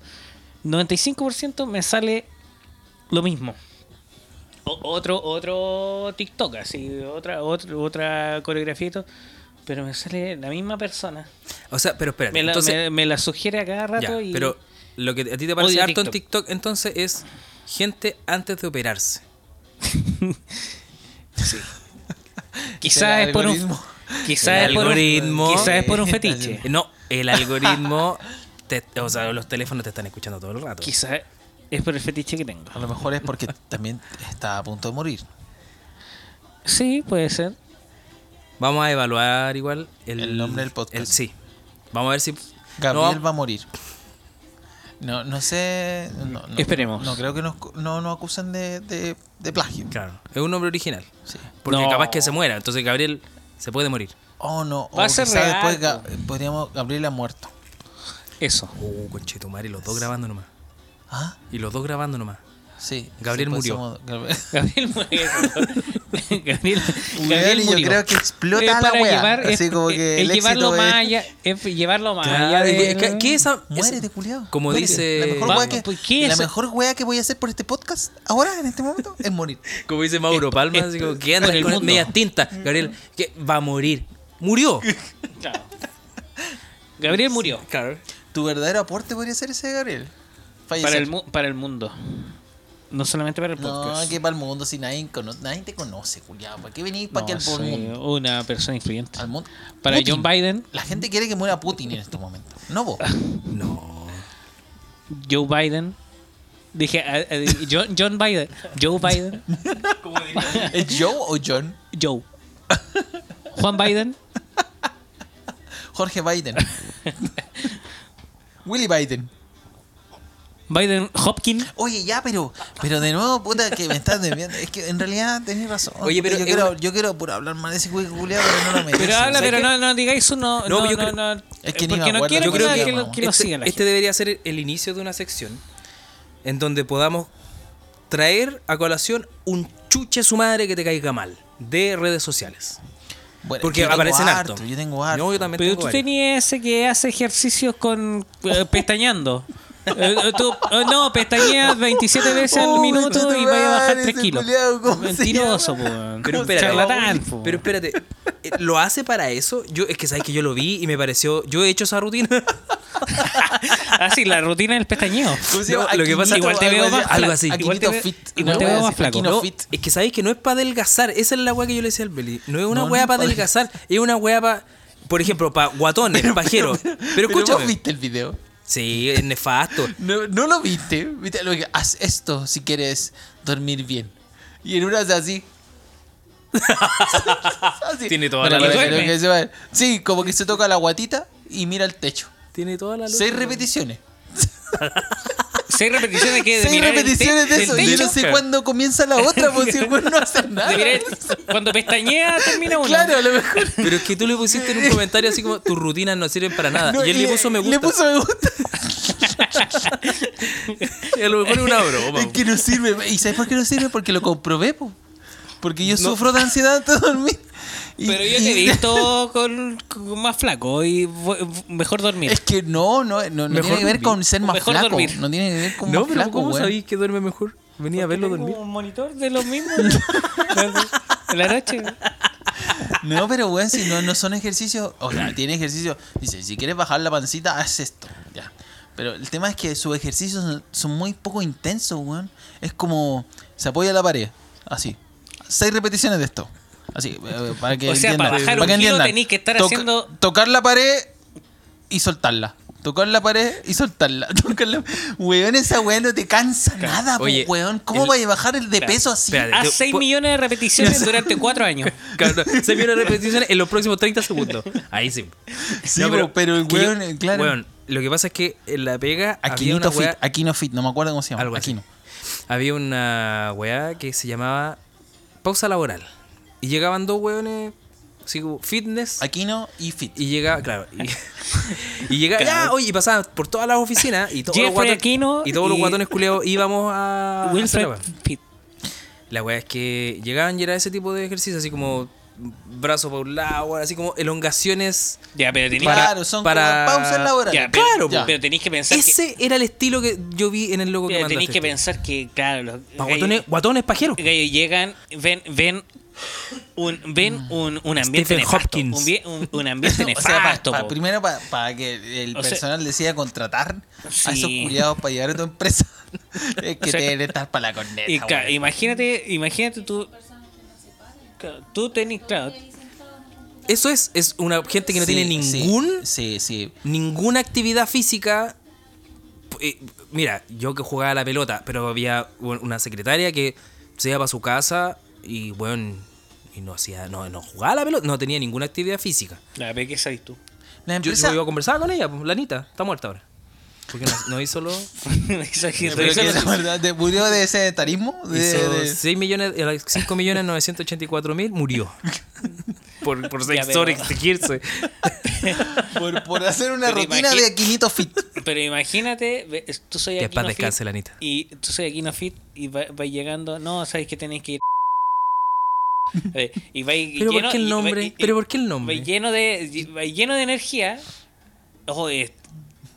95% me sale lo mismo. O- otro, otro TikTok, así, otra, otra, otra coreografía y todo, Pero me sale la misma persona.
O sea, pero espérate.
Me la,
entonces,
me, me la sugiere a cada rato
ya,
y.
pero lo que a ti te parece
Odio
harto en
TikTok.
TikTok entonces es gente antes de operarse.
Quizás
El
es por un.
algoritmo.
Quizás
El
es por un,
algoritmo.
quizás es por un fetiche.
No, el algoritmo, te- o sea, los teléfonos te están escuchando todo el rato.
Quizás es por el fetiche que tengo.
A lo mejor es porque también está a punto de morir.
Sí, puede ser.
Vamos a evaluar igual el,
El nombre del podcast.
el- sí. Vamos a ver si.
Gabriel
no,
va a morir. No, no sé. No, no-
Esperemos.
No creo que nos, no nos acusen de, de, de plagio.
Claro, es un nombre original.
Sí.
Porque
No.
capaz que se muera, entonces Gabriel se puede morir.
Oh, no.
Va a
o
ser
quizá
real,
después Ga- podríamos. Gabriel ha muerto.
Eso.
Uh, conchetumare, y los dos grabando nomás.
¿Ah?
Y los dos grabando nomás.
Sí.
Gabriel
sí,
murió.
pasamos- Gabriel-
Gabriel muere. Gabriel,
Gabriel
Gabriel
yo
murió.
creo que explota
Es
la
para
weá,
llevar-
así
es-
como
es-
que
es
el éxito
llevarlo
es-
más allá. Es llevarlo más allá.
Claro,
del-
¿qué- ¿Qué es esa?
Muérete,
esa-
culiado.
Como
La
dice.
mejor,
Va-
weá que,
pues, ¿qué
la
es?
mejor weá que voy a hacer por este podcast ahora, en este momento, es morir.
Como dice Mauro Palma,
esto-
así como, ¿qué andas
por el
con
mundo. Mm.
medias tintas? Gabriel, que va a morir. Murió.
Claro. Gabriel murió.
Claro.
Tu verdadero aporte podría ser ese, Gabriel. Fallecer.
Para el, mu- para el mundo. No solamente para el
No,
podcast.
que para el mundo, si nadie, cono- nadie te conoce, culiado. ¿Para qué venís para
No,
que al
soy
mundo?
una persona influyente.
Al mundo.
Para
Putin.
John Biden,
La gente quiere que muera Putin en este momento. No vos.
No.
Joe Biden. Dije, a- a- John, John Biden. Joe Biden.
¿Es Joe o John?
Joe. Juan Biden.
Jorge Biden. Willy Biden.
Biden Hopkins.
Oye, ya, pero, pero de nuevo, puta, que me estás desviando. Es que en realidad tenés razón.
Oye, pero
yo
es
quiero,
una-
yo quiero puro hablar mal de ese güey culiado, pero no lo merece.
Pero habla,
¿sabes
pero
qué?
no, no digáis eso, no,
No,
no,
yo
no,
creo-
no,
Es que ni me
porque no
acuerdo
quiero
yo
que,
creo
la-
que-
que lo, que lo
este,
siga la
este debería ser el, el inicio de una sección en donde podamos traer a colación un chuche su madre que te caiga mal de redes sociales.
Bueno,
Porque
yo tengo
aparecen harto.
harto, Yo tengo harto.
No, yo también
gente. Pero
tengo
tú
varios.
tenías ese que hace ejercicios con eh, pestañando. Eh, eh, tú, eh, no, pestañeas 27 veces
Oh,
al minuto y
conchetumare,
vayas a bajar 3
ese
kilos.
culiao, ¿cómo se
Mentiroso, po.
llama?
Pero
espera,
espérate,
charlatán, po.
pero espérate, eh, ¿lo hace para eso? Yo es que sabes que yo lo vi y me pareció, yo he hecho esa rutina.
Ah, sí, la rutina del pestañeo.
¿Cómo se llama?
No, lo que pasa-
Aquinito,
Igual te veo
algo así.
más
flaco. Algo así.
Aquinito
Igual te ve-
fit.
igual
Una
te
wea
veo más
así,
flaco.
Aquino
No,
fit.
es que sabéis que no es para adelgazar, esa es la weá que yo le decía al Beli. No es una
No, no
weá
es
para
pa'
adelgazar, es una weá para, por ejemplo, para guatones, pajeros. Pero, escúchame.
¿Vos viste el video?
Sí, es nefasto.
No, no lo viste. Viste lo que- haz esto si quieres dormir bien. Y en una es así. Así.
Tiene toda
Bueno,
la
lo que-
lógica.
lo que se va- Sí, como que se toca la guatita y mira el techo.
Tiene toda la
Seis repeticiones.
Seis repeticiones que de
Seis
mirar el te-
repeticiones de
del
eso.
techo,
Yo no sé cuándo comienza la otra, porque si el güey no hace nada.
de mirar el- cuando pestañea termina uno.
Claro, a lo mejor.
Pero es que tú le pusiste en un comentario así como tus rutinas no sirven para nada.
no,
y él le puso me gusta.
Le puso me gusta.
A lo mejor es una broma.
Es que no sirve. ¿Y sabes por qué no sirve? Porque lo comprobé, po. Porque yo sufro de ansiedad antes de dormir. Y-
Pero
y-
yo te he visto con, con más flaco y vo- mejor dormir.
Es que no, no, no, no
Mejor
tiene que ver
dormir.
con ser más
Mejor
flaco.
dormir.
No tiene que ver con
no,
más
pero
flaco,
¿cómo
weón.
sabís que duerme mejor? Venía a verlo
Tengo
dormir.
un monitor de los mismos en la noche.
No, pero weón, si no, no son ejercicios. O sea, tiene ejercicio. Dice, si quieres bajar la pancita, haz esto. Ya. Pero el tema es que sus ejercicios son- son muy poco intensos, weón. Es como. Se apoya la pared. Así. Seis repeticiones de esto. Así, eh, para que
O sea, para bajar
que
un kilo
entiendan.
tenés que estar haciendo-
Tocar la pared y soltarla. Tocar la pared y soltarla. Tocar la... Weón, esa weón no te cansa nada, po,
Oye,
weón. ¿Cómo
el-
va a bajar el de
Claro.
peso así?
Espérate.
A
Yo-
6
po-
millones de repeticiones durante 4 años.
Cabrón, se vio una repetición en los próximos 30 segundos. Ahí sí.
Sí, pero- pero el
que yo-
weón, eh, claro.
weón, lo que pasa es que en la pega había una
Aquinito Fit,
weá,
Aquino Fit, no me acuerdo cómo se llama.
algo así.
Aquino.
Había una weá que se llamaba pausa laboral. Y llegaban dos weones, así como fitness.
Aquino y Fit.
Y llegaba, claro. Y, y llegaba, ya, oye, y pasaban por todas las oficinas y todos los
Jeffrey
guatones.
Aquino
y todos los
y-
guatones culeados íbamos a. a hacer
Wilfred
Ah, la weá.
Pitt.
La weá es que llegaban y era ese tipo de ejercicio, así como brazo para un lado, weón, así como elongaciones.
Ya, pero tenéis
Para-
claro, son
para-
como pausas
que,
laborales.
ya, pero,
claro,
pero,
po.
tenéis que pensar que,
Ese era el estilo que yo vi en el logo que
pero tenéis
mandaste.
que pensar que, claro, los
Pa'
gallos-
guatones, guatones pajeros.
gallos llegan, ven, ven un, ven un, un ambiente
Stephen
nefasto.
Hopkins.
Un, vie- un- un ambiente
O sea, pa-
nefasto.
pa-
po.
primero para que el
O sea-
personal decida contratar a esos
Sí.
culiados para llevar a tu empresa. es que
sea-
te deben estar para la corneta.
Y ca-
weón.
imagínate, imagínate tú. ca- Tú tenés, claro,
Eso es, es una gente que no
Sí,
tiene
sí,
ningún
Sí, sí.
ninguna actividad física. Eh, mira, yo que jugaba a la pelota, pero había bueno, una secretaria que se iba para su casa y bueno, y no hacía, no, no jugaba a la pelota, no tenía ninguna actividad física.
la ve que sabes tú.
La
Yo,
empresa.
yo iba a conversar con ella, pues, la Anita, está muerta ahora. Porque no, no hizo lo.
Esa gente-
pero
esa-
que la verdad, ¿te murió de sedentarismo? De,
Hizo
de-
6 millones, 5 millones 984 mil, murió. Por, por
Ya, pero-
exigirse.
por, por hacer una
Pero
rutina
imagi-
de Aquinito Fit.
Pero imagínate, ve- es- tú soy
Que en
aquí
paz
no fit,
descanse la Anita.
y tú soy aquí no fit y va, va llegando, no, sabes que tenés que ir. Eh, y va y-
Pero
lleno,
¿por qué el
y va-
nombre?
y- y-
¿Pero por qué el
va
nombre?
lleno de va lleno de energía. Ojo, eh,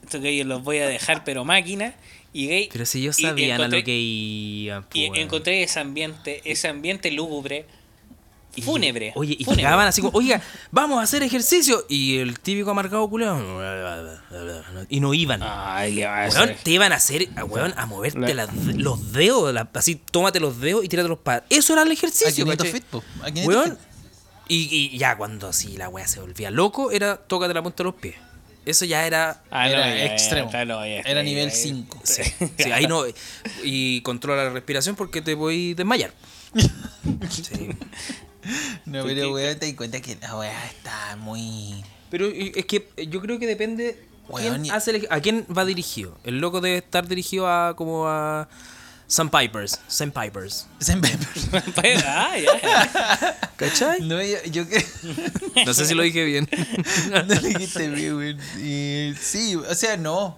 estos gallos los voy a dejar pero máquina y gay.
Pero si ellos
y
sabían a lo
encontré-
que iban.
y
pues, weón.
encontré ese ambiente, ese ambiente lúgubre, fúnebre.
Oye, y
fúnebre.
llegaban así como, oiga, vamos a hacer ejercicio. Y el típico amargado culeado. Y no iban.
Ay, qué va a
Weón,
ser.
te iban a hacer, a, weón, a moverte las- los dedos. la- así, tómate los dedos y tíratelos para. Eso era el ejercicio,
Aquinito
¿cachai?
Fit, po. Aquinito
Weón.
Fit.
Y, y ya cuando así la wea se volvía loco, era tócate la punta de los pies. Eso ya era.
Ah, no,
era
ya, ya,
extremo.
ya, no, ya,
era
ya,
nivel
ya.
5.
Sí, sí, ahí no. Y controla la respiración porque te voy a desmayar. Sí.
No, pero weón, te di cuenta que la weá está muy.
Pero y- es que eh, yo creo que depende
Weón,
quién
y-
hace el- a quién va dirigido. El loco debe estar dirigido a como a Sandpipers, Sandpipers.
ah, ya, ya.
¿Cachai?
No, yo, yo creo.
No sé si lo dije bien.
No le dijiste bien, güey. Y sí, o sea, no.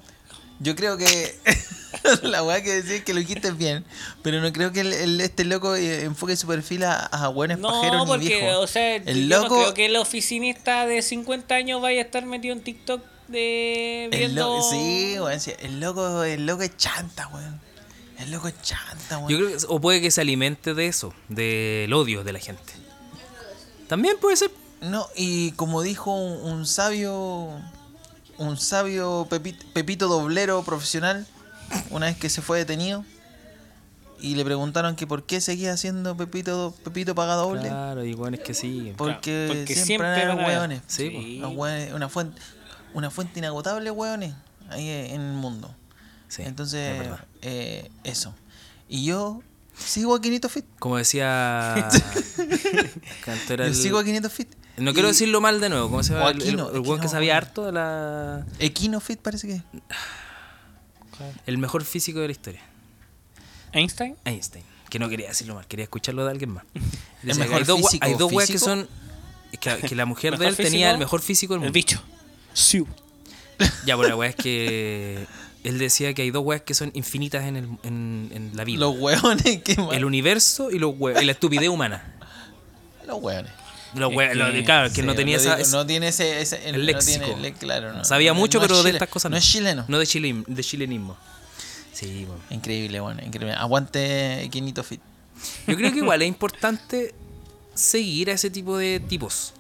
Yo creo que. la weá que decía es que lo dijiste bien. Pero no creo que el- el- este loco eh, enfoque su perfil a, a weones
No,
pajeros ni
porque,
viejos.
o sea,
el
yo no
loco.
creo que el oficinista de 50 años vaya a estar metido en TikTok de
el
viendo.
loco- sí, weón. sí, el, loco, el loco es chanta, weón. El loco es chanta, weón.
Yo creo que- o puede que se alimente de eso, del odio de la gente. También puede ser.
No, y como dijo un, un sabio. Un sabio Pepit- Pepito Doblero profesional, una vez que se fue detenido, y le preguntaron que por qué seguía haciendo Pepito, do- Pepito Paga Doble.
Claro, igual es que sí.
Porque,
Porque
siempre,
siempre
van a haber
van a haber.
hueones.
Sí,
Sí.
Los hueones- una, fuente, una fuente inagotable, hueones, ahí en el mundo.
sí, es
Entonces,
verdad.
eh, eso. Y yo sigo a Quinito Fit.
como decía Canto era
Yo
el-
sigo a Quinito Fit.
no quiero
Y
decirlo mal de nuevo, ¿cómo se llama? El, el,
Joaquino,
el weón que
Joaquino,
sabía
weón.
harto de la
Equino Fit parece que es.
el mejor físico de la historia.
Einstein.
Einstein, que no quería decirlo mal, quería escucharlo de alguien más.
¿El
Decía que
mejor
hay dos, gua-
físico
hay dos weas que
físico?
son. es Que, que la mujer de
¿Mejor
él tenía
físico?
el mejor físico del
El
mundo.
bicho. Sí.
Ya, pero la wea es que. Él decía que hay dos weas que son infinitas en, el- en- en la vida:
Los hueones, qué mal.
el universo y los hue- y la estupidez humana.
Los hueones.
Los
Es
hue- lo-
que-
claro, que
Sí,
no tenía
lo
esa.
digo,
esa-
no tiene ese. ese-
el
no tiene-
léxico.
le- claro, no.
sabía
No-
mucho,
no
pero
es
de
chile-
estas cosas no.
No es chileno.
No de, chilim- de chilenismo. Sí, bueno.
Increíble, bueno, increíble. Aguante Quinito Fit.
Yo creo que igual es importante seguir a ese tipo de tipos.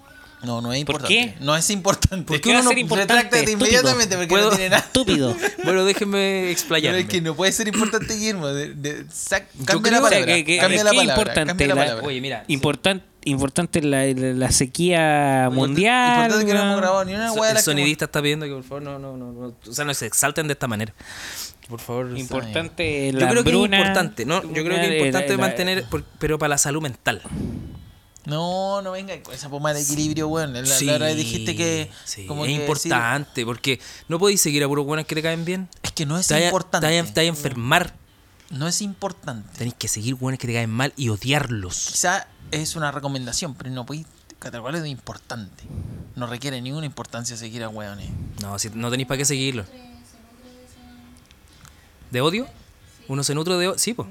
No, no es
¿Por
importante.
qué?
No es importante.
qué va a ser importante?
Retráctate
Estúpido.
inmediatamente porque
Puedo-
no tiene nada.
Estúpido.
Bueno, déjenme explayarme.
Pero es que no puede ser importante, Guillermo. De, de- sac- cambia
creo
la palabra.
que- que-
cambia la
que es
palabra.
importante
cambia la
la-
palabra.
Oye, mira,
Importante, importante la, la, la sequía mundial.
Importante que no
weón.
hemos grabado ni una
So-
hueá de
el
las que hemos-
sonidista está pidiendo que por favor no, no, no, no, o sea, no se exalten de esta manera. Por favor. o sea,
Importante
yo
la
creo que es
hambruna,
importante, ¿no? Yo creo que es
la-
importante
la-
mantener, por- pero para la salud mental.
No, no venga con esa poma de equilibrio, weón. La, la
Sí,
otra vez dijiste que.
sí,
como
es
que decir-
importante, porque no podéis seguir a puros buenos que te caen bien.
es que no es
Te vaya-
importante.
Te vaya- te vaya a enfermar.
No es importante.
Tenéis que seguir buenos que te caen mal y odiarlos.
Quizá es una recomendación, pero no podéis catalogarlo de importante. No requiere ninguna importancia seguir a weones.
No, si no tenéis para qué seguirlo. ¿De odio? ¿Uno se nutre de odio? Sí, pues.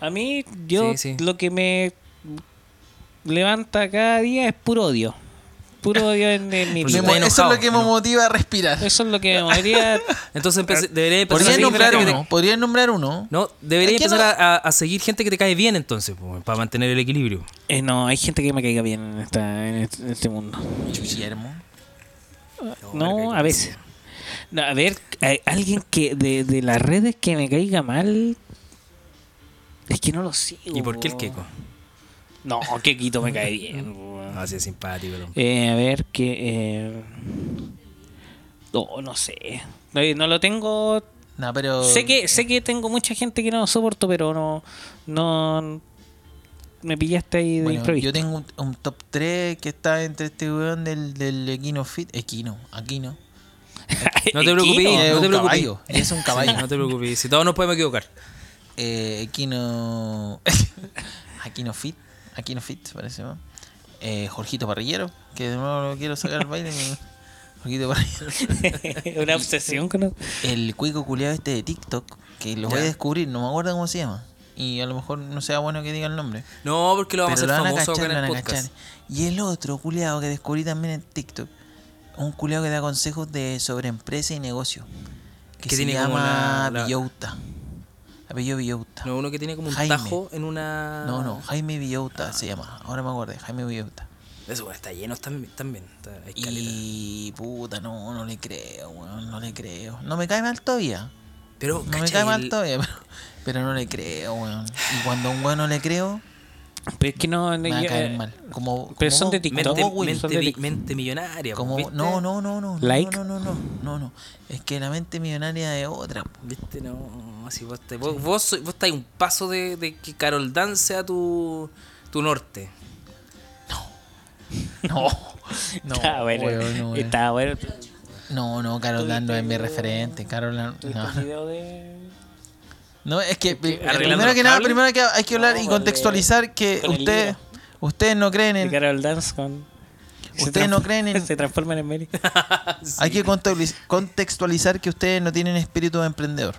A mí, yo
Sí, sí.
lo que me. levanta cada día es puro odio. Puro odio en, en mi
Porque
Me
vida.
mo-
estoy
eso es lo
enojado,
que me
¿no?
motiva a respirar.
Eso es lo que me movería.
Entonces empecé- debería empezar
Podrías
seguir
nombrar
gente que te-
uno. Podrías nombrar uno.
No, debería
Es que
empezar
no-
a, a- a seguir gente que te cae bien entonces, po, para mantener el equilibrio.
Eh, no, hay gente que me caiga bien en, esta, en, este, en este mundo.
Guillermo.
No, a veces. No, a ver, eh, alguien que de, de las redes que me caiga mal. Es que no lo sigo.
¿Y por qué el
Oh.
po.
queco?
No, Quequito me cae bien. po.
No, así Ah, es simpático. el hombre.
Eh, a ver, que. eh, oh, No, no sé. No, no lo tengo.
No, pero.
Sé que, sé que tengo mucha gente que no soporto, pero no. No. Me pillaste ahí de
Bueno,
improviso.
yo tengo un, un top 3 que está entre este weón del, del Equino Fit. Equino, Aquino.
No te preocupes,
Y es
no te
un
preocupes.
caballo. y es un
Sí,
caballo.
no te preocupes, si todos nos podemos equivocar.
Eh, Aquino. Aquino Fit. Aquino Fit, parece, ¿no? Eh, Jorgito Parrillero, que de nuevo lo quiero sacar al baile. me- Jorgito Parrillero.
Una obsesión con.
El cuico culiado este de TikTok, que lo voy a descubrir, no me acuerdo cómo se llama. Y a lo mejor no sea bueno que diga el nombre.
No, porque lo vamos
pero lo
a
van
hacer
a
famoso
cachar,
acá en
lo
el
van a
podcast.
cachar. Y el otro culiado que descubrí también en TikTok, un culiado que da consejos de sobre empresa y negocio. Que,
Que
se
tiene como la-
llama
la-
Villauta. Apellido Villauta.
No, uno que tiene como un
Jaime.
tajo en una.
No, no,
Ah.
Jaime Villauta se llama. Ahora me acordé, Jaime Villauta.
Eso bueno, está lleno también. también está, hay caleta.
Y puta, no, no le creo, weón, no le creo. No me cae mal todavía.
Pero,
No me
¿cachai?
cae mal
El-
todavía, pero, pero no le creo, weón. Y cuando a un weón no le creo,
Pero es que no.
me va a
yo- eh,
caer mal. Como,
pero
como
son de
vos,
TikTok,
Mente,
como vos, Will.
mente
Son de
vi-
tic-
mente millonaria. pues,
Como,
¿viste?
no, no, no, no.
Like.
No, no, no, no, no, no. Es que la mente millonaria es otra. po.
Viste, no. Si vos, te, vos, vos, soy- vos estáis un paso de, de que Carol Dan sea tu, tu norte.
No, no.
Está bueno.
weón, no, weón.
Está bueno.
No, no, Carol Dan no es mi referente. Carol Dan,
¿Tuviste el
no.
video de.?
No, es que pri-
Arreglando
primero
los
que nada,
cables.
primero que hay que hablar
No,
y
con el-
contextualizar que
con el
ustedes
libro.
ustedes no creen
De
en
Carol Dance con. se
Ustedes no
transfor-
creen en-
Se transforman en Mary.
Hay que contabiliz- contextualizar que ustedes no tienen espíritu de emprendedor.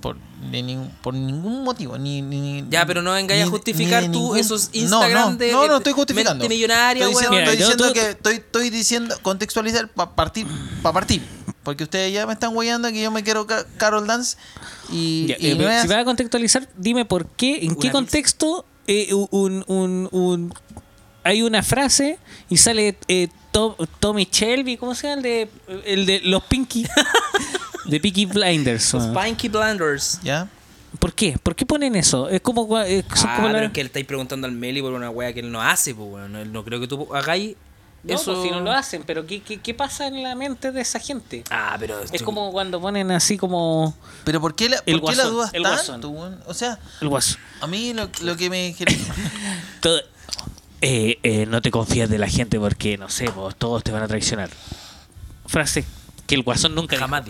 Por, de ningún- por ningún motivo. Ni, ni- ni-
Ya, pero no vengáis a
ni-
justificar
ni de
tú esos
no,
Instagram
no,
de- eh,
No, no
de-
estoy justificando.
mente millonaria,
estoy diciendo,
weón.
estoy
Mira,
diciendo
yo- tú-
que estoy, estoy diciendo contextualizar para partir. Para partir. Porque ustedes ya me están guayando que yo me quiero ca- Carol Dance. Y,
Ya,
y
eh,
no
pero
es-
si vas a contextualizar, dime por qué, en qué
Una
contexto eh, un, un- un- hay una frase y sale eh, Tom- Tommy Shelby, ¿cómo se llama? El de, el de los Pinky. de Pinky Blinders.
Los
¿no?
Pinky Blinders.
¿Ya?
¿Por qué? ¿Por qué ponen eso? Es como. gua- eh, son
Ah,
como
pero
la-
es que le estáis preguntando al Meli por una wea que él no hace, pues, weón. Él No creo que tú hagáis
No,
eso.
pues, si no lo hacen, pero ¿qué, qué, qué pasa en la mente de esa gente?
Ah, pero.
Es como cuando ponen así como
Pero ¿por qué la,
El
por qué la
guasón,
dudas
el
tanto? weón? O sea,
el guaso.
a mí lo, lo que me... genera-
Todo- eh, eh, no te confías de la gente porque, no sé, vos, todos te van a traicionar. Frase que el guasón nunca dijo.
Jamás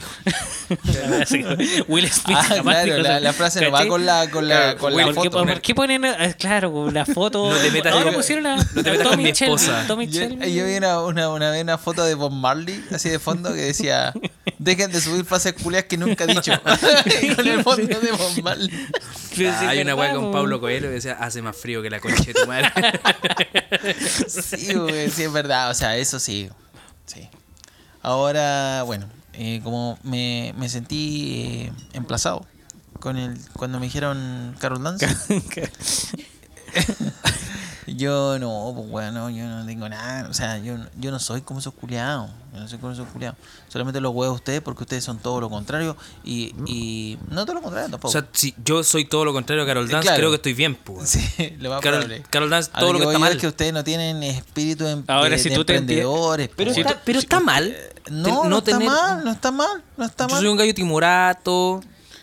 dijo.
Will Smith
Ah,
jamás
claro,
dijo eso.
la- la frase no va
¿Cachai?
con la- con la-
Claro,
con la
¿por qué-
foto.
¿Por qué ponen, eh, claro, con la foto?
No te metas
Ahora
con-
pusieron a,
no te
a
metas con
Tommy
mi
Shelby,
esposa.
Tommy
Yo,
Shelby.
yo vi una, una, una vez una foto de Bob Marley, así de fondo, que decía: Dejen de subir frases culias que nunca he dicho. Con el fondo de Bob Marley.
Pero
Ah,
sí,
hay una wea
¿verdad, pues,
con
po?
Pablo Coelho que decía, hace más frío que la concha de tu madre.
Sí, güey, sí, es verdad. O sea, eso sí. sí. Ahora, bueno, eh, como me, me sentí eh, emplazado con el, cuando me dijeron Carol Dance. Yo no, pues bueno, yo no tengo nada. O sea, yo, no- yo no soy como esos culiados. Yo no soy como esos culiados. Solamente los huevos ustedes porque ustedes son todo lo contrario. Y, y no todo lo contrario
o
tampoco.
sea, si yo soy todo lo contrario a Carol Dance,
Eh, Claro.
creo que estoy bien, pues.
sí, lo más
Carol-
probable.
Carol Dance,
A
todo lo
que
que
voy
está
yo es
mal.
que ustedes no tienen espíritu de,
Ahora,
de-
si
de
tú te empie-
emprendedores.
Pero,
po.
está, pero está mal. Ten-
Eh, No, no, está
tener-
mal, no está mal, no está
Yo
mal.
soy un gallo timorato,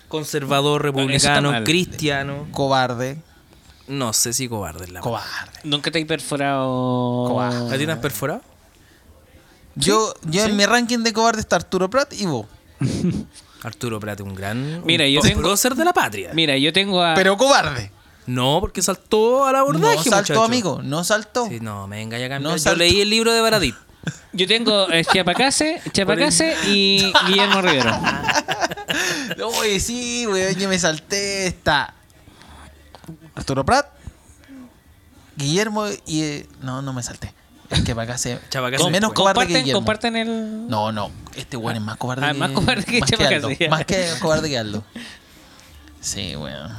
conservador, republicano,
mal.
cristiano.
Cobarde.
No sé si cobarde es la
Cobarde.
Nunca te he perforado.
Cobarde.
¿A ti te has perforado?
Yo, yo en mi ranking de cobarde está Arturo Prat y vos.
Arturo Prate, un gran.
Mira,
un
yo
pop
tengo-
prócer de la patria.
Mira, yo tengo
Ah.
a.
Pero cobarde.
No, porque saltó al
No
abordaje.
saltó,
muchacho.
amigo, no saltó.
Sí, no, me venga ya
No
cambiar. Yo
saltó.
leí el libro de Baradit.
Yo tengo eh, Chiapacase, Chiapacase y Guillermo Rivero.
No, oye, sí, weón, yo me salté esta. Arturo Prat, Guillermo y. eh, no, no me salté. Es que para acá se.
Chabacá
es
se
menos
fue.
cobarde que
Comparten,
Guillermo.
comparten el.
No, no. Este weón es más cobarde
Ah, más cobarde que
más que
Chapacá,
Aldo.
sí, ya.
Más que cobarde que Aldo. Sí, weón.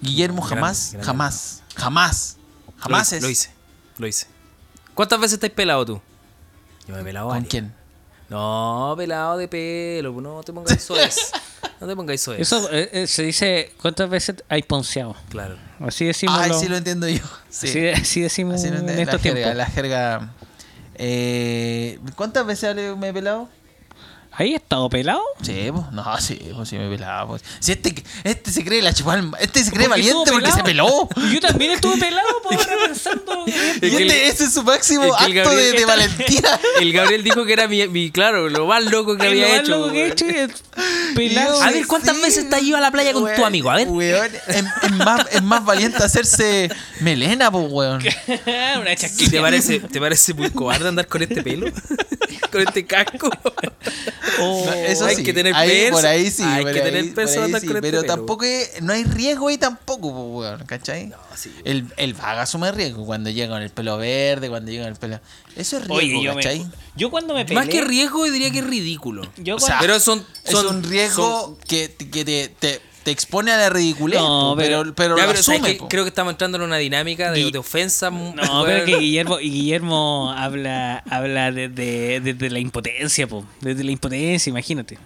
Guillermo
Grande,
jamás,
grande.
jamás, jamás, jamás
lo,
es.
Lo hice, lo hice. ¿Cuántas veces estáis pelado tú? Yo me he pelado
¿Con
varias.
quién?
No, pelado de pelo, no te pongáis soez. no te pongáis soez.
Eso eh, eh, se dice cuántas veces hay ponceado.
Claro.
Así decimos.
Ay,
lo-
sí lo entiendo yo. Sí.
así, así decimos
Así no
en
entiendo. La
estos tiempos.
jerga, la jerga. Eh, ¿Cuántas veces Ale, me he pelado?
¿Ahí he estado pelado?
Sí, pues, no, sí, pues, sí me pelaba. Pues. Si este, este se cree la chupalma, este se cree
Porque estuvo
valiente porque se peló.
Y Yo también estuve pelado, pues, por ahora pensando.
Y
Es que el-
este, ese es su máximo
es que el
acto de,
Gabriel
de
está-
valentía.
El Gabriel dijo que era mi, mi- claro, lo más loco que
Lo
había
más
hecho.
loco que he
weón.
hecho es pelado.
A ver, ¿cuántas veces te has ido a la playa con tu
Weón,
amigo? A ver.
Weón, es, es más, es más valiente hacerse melena, pues, weón.
Una
¿Y te
chasquilla.
parece, te parece muy cobarde andar con este pelo? ¿Con este casco?
Oh,
No, eso
hay
sí,
que tener
ahí,
peso,
Por ahí sí,
hay
por
que
ahí-
tener
por
peso
ahí
andar
sí,
con este
Pero
pelo.
tampoco es- no hay riesgo ahí tampoco, pues, weón, ¿cachai?
sí.
el, el vaga asume riesgo cuando llega con el pelo verde, cuando llega con el pelo. Eso es riesgo,
Oye, yo, me-
¿cachai?
yo cuando me pelé.
Más que riesgo, yo diría que es ridículo.
Yo
O sea,
cuando-
Pero son, son
es un riesgo
son-
que, que te, te, te expone a la ridiculez,
No,
po, pero, pero,
Ya,
lo
pero ¿sabes
asume,
qué?
po.
creo que estamos entrando en una dinámica de,
Gui-
de ofensa.
No, pero que Guillermo, y Guillermo habla, habla desde, desde la impotencia, po. Desde la impotencia, imagínate.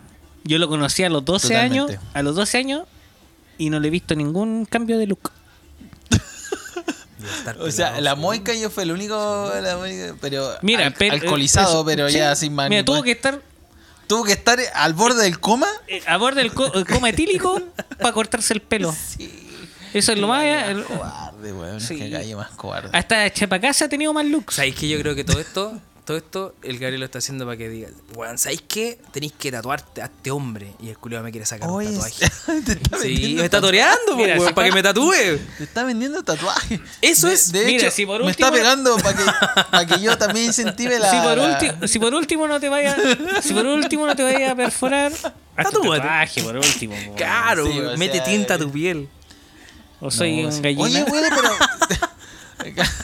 Yo lo conocí a los 12
Totalmente.
años, a los 12 años, y no le he visto ningún cambio de look.
O sea, la moica yo fue el único, la moica, pero
Mira,
al-
pe-
alcoholizado,
eso-
pero
sí.
ya sin más.
Mira, tuvo que estar
tuvo que estar al borde del coma.
eh, a borde del co- el coma etílico para cortarse el pelo. Eso es lo más. eh, el-
Cobarde, weón.
Sí.
Que calle más cobarde.
hasta Chapacá se ha tenido más looks.
¿Sabéis que yo creo que todo esto, todo esto, el Gabriel lo está haciendo para que diga, weón, ¿sabéis qué? Tenéis que tatuarte a este hombre. Y el culiado me quiere sacar un
Oye,
tatuaje.
te está
Sí,
vendiendo
me está
tatu-
toreando,
Mira,
weón,
si
para que me tatúe.
Te está vendiendo tatuaje.
Eso
De-
es.
De
Mira,
hecho,
si por
me está
último-
pegando para que, pa' que yo también incentive la.
si, por
la-
ulti- si por último no te vaya si por último no te vaya a perforar hazte un
Tatúate.
tatuaje por último po.
Claro,
Sí,
weón,
o
mete
sea,
tinta a
eh,
tu piel.
o soy
No, sí.
un gallina
Oye, güey, pero.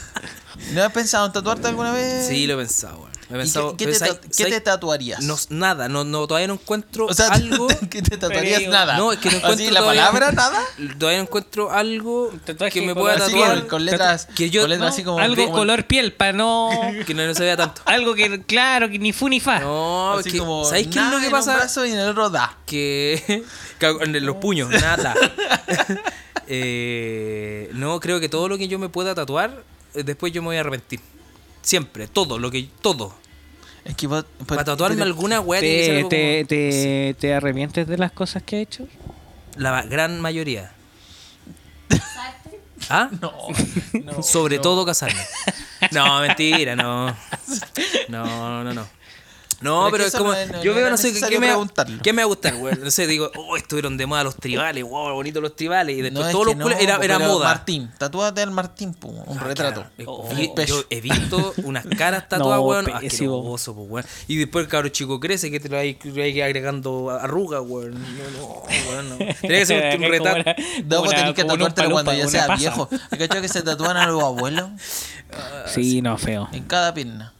¿No has pensado en tatuarte alguna vez?
Sí, lo he pensado, weón. Lo he
¿Y
pensado.
qué, qué
pero
te,
¿sabes-
ta- qué te
sabes-
tatuarías?
no, Nada, no, no, todavía no encuentro
o sea,
algo.
¿qué te tatuarías?
Pero-
nada.
No, es que no
Así,
encuentro
la
todavía-
palabra, nada.
Todavía no encuentro algo
Tatuaje
que me
con-
pueda
así
Así
tatuar.
con, con letras.
que yo-
con letras
no,
así como.
algo
como-
color piel para no
Que no, no se vea tanto.
algo que claro que ni fu ni fa
No,
Así
que-
como.
¿sabéis qué es
nada
lo que
en un
pasa?
brazo y en el otro da.
que cago en los puños, nada. Eh, no, creo que todo lo que yo me pueda tatuar, eh, después yo me voy a arrepentir. Siempre, todo, lo que todo.
Es que vos- pues,
Para tatuarme
pero-
alguna weá tiene que ser
¿Te,
algo
te,
como-
te, te arrepientes de las cosas que has hecho?
La gran mayoría. ¿Ah?
No, no.
Sobre todo casarme. No, mentira, no. No, no, no. No,
Pero
pero es
es que
como.
eso no es-
yo
no
veo,
era
no sé,
necesario
¿qué me, va,
preguntarlo.
¿qué me va a gustar? güey? no sé, digo, oh, estuvieron de moda los tribales, wow, bonitos los tribales. Y después
No, es
todos
que
los culos
no,
era, era
pero
moda.
Martín, tatúate al Martín, po, un
Ah,
retrato.
claro. Eh,
Oh.
vi-
Pecho.
yo he visto unas caras tatuadas,
No,
weón.
pésimo.
Asqueroso, pues, weón. Y después el cabro chico crece que te lo hay, lo hay que agregando arrugas, weón. No, no, weón, no. Tenía que ser un, un
Como
retrato.
una-
Luego
una-
tenés que
como un
tatuártelo cuando ya
palumpa,
sea
una paja.
viejo. ¿Has cachado que se tatúan a los abuelos?
Ah, Sí, no, feo.
En cada pierna.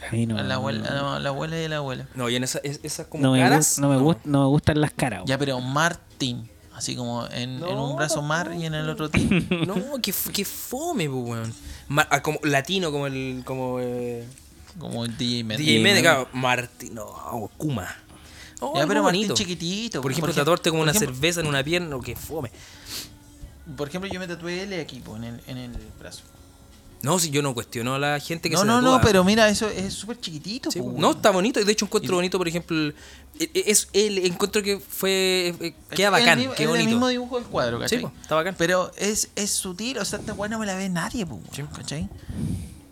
A mí no,
A la abuela, a
Mm.
la- a la abuela y a la abuela.
No, y en esa- es- esas como
no, me
caras.
gust- no, me gust- no me gustan las caras.
Ya, pero Martín. Así como en, en un
No,
brazo mar y en el otro tín.
No, qué, f- qué fome, pues, weón. Ma- ah, como, latino, como el. Como, eh,
Como el DJ Mendes.
DJ Mede, claro. Martín. No, Kuma. Oh,
Ya, pero
algo
Martín
bonito.
chiquitito.
Por ejemplo, tatuarte como
por
una
ejemplo-
cerveza en una pierna, oh, qué fome.
Por ejemplo, yo me tatué L aquí, po, en el, en el brazo.
No, si yo no cuestiono a la gente que
No,
se
no,
tatúa.
no, pero uh. mira, eso es súper chiquitito.
Sí,
po,
no,
weón.
está bonito. De hecho, encuentro bonito, por ejemplo, el- e- e- es el encuentro que fue. eh, Queda
Es el
bacán,
mismo-
qué
es el
bonito.
mismo dibujo del cuadro, ¿cachai?
po, está bacán.
Pero es, es sutil, o sea, esta weá no me la ve nadie, po, weón, ¿cachai?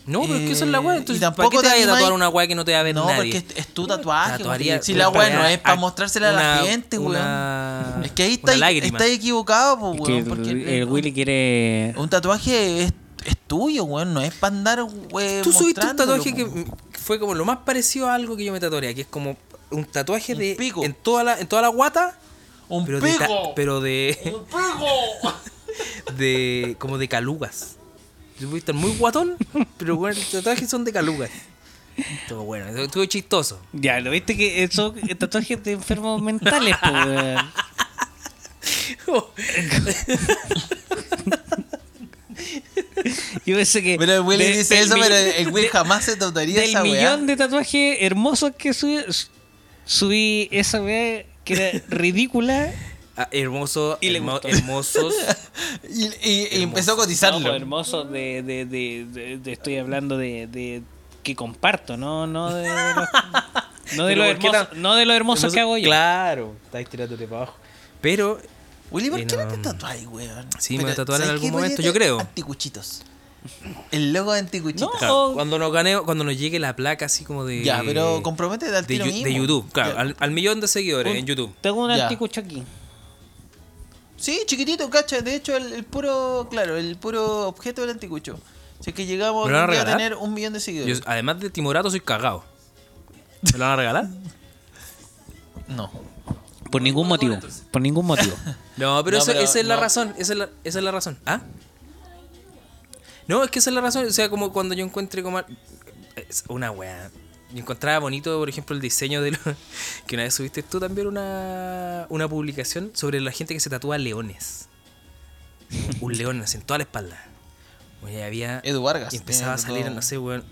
No, pero es que esa es la
Eh,
weá.
y
Entonces, ¿para
tampoco
qué te,
te
vayas a
animáis?
tatuar una weá que no te va a ver
No,
nadie?
porque es, es tu tatuaje.
Tatuaría-
weón. si la weá no
tatuaría
es para
a-
mostrársela a la
una-
gente,
una-
weón. Es que ahí
una
está,
lágrima.
está equivocado, po,
Es que
weón.
el-
porque
el,
un-
Willy quiere.
Un tatuaje es, es tuyo, weón. No es para andar, weón.
Tú subiste un
mostrándolo,
tatuaje que
po.
mm, fue como lo más parecido a algo que yo me tatuaría, que es como un tatuaje
Un
de.
pico.
En toda la, en toda la guata.
Un
pero
pico.
De, ta- pero de. de. como de calugas. Yo voy a estar muy guatón, pero bueno, los tatuajes son de calugas. Estuvo bueno, estuvo chistoso.
Ya, lo viste que eso tatuajes de enfermos mentales, po, weón. Yo pensé
Eh,
que.
Pero el Willy
de-
dice
del
eso,
mi-
pero el Willy
de-
jamás se tatuaría
Del
esa weá.
millón de tatuajes hermosos que subí, subí esa weá que era ridícula.
Ah, hermoso,
Y le
hermo-
gustó.
hermosos.
Y, y- y empezó a
No,
cotizarlo.
pues, hermosos de, de, de, de- de- Estoy hablando de, de. que comparto, no, no de. los- no de
Pero
lo
¿por qué
hermoso,
era-
no de lo hermoso que hago yo.
Claro, estáis tirándote para abajo. Pero
Willy, ¿por qué no te
No.
tatuáis, weón?
Sí, me voy a
Pero,
tatuar en
¿sabes
algún
qué?
momento,
Ponete
yo creo.
Anticuchitos. El logo de anticuchitos.
No.
claro, cuando nos gane, cuando nos llegue la placa así como de.
Ya, pero comprométete al
eh, de,
tiro
Yu-
mismo.
de YouTube, claro,
Ya.
al, al millón de seguidores
Un-
en YouTube.
Tengo un
Ya.
anticucho aquí.
Sí, chiquitito, cacha. De hecho, el, el puro, claro, el puro objeto del anticucho. Si es que llegamos
¿Me lo van a
algún día
regalar?
tener un millón de
Yo,
seguidores.
además de timorato, soy cagado. ¿Me lo van a regalar?
No.
Por ningún motivo. Por ningún motivo.
No, pero,
No,
esa-
pero
esa es la
no.
razón. Esa es la, esa es la razón. ¿Ah? No, es que esa es la razón. O sea, como cuando yo encuentre como. es Una weá. Yo encontraba bonito, por ejemplo, el diseño de. lo- que una vez subiste tú también una, una publicación sobre la gente que se tatúa leones. Un león así en toda la espalda. Bueno, y había.
Edu Vargas.
Y empezaba a
tenía
salir,
tatuado.
no sé, weón.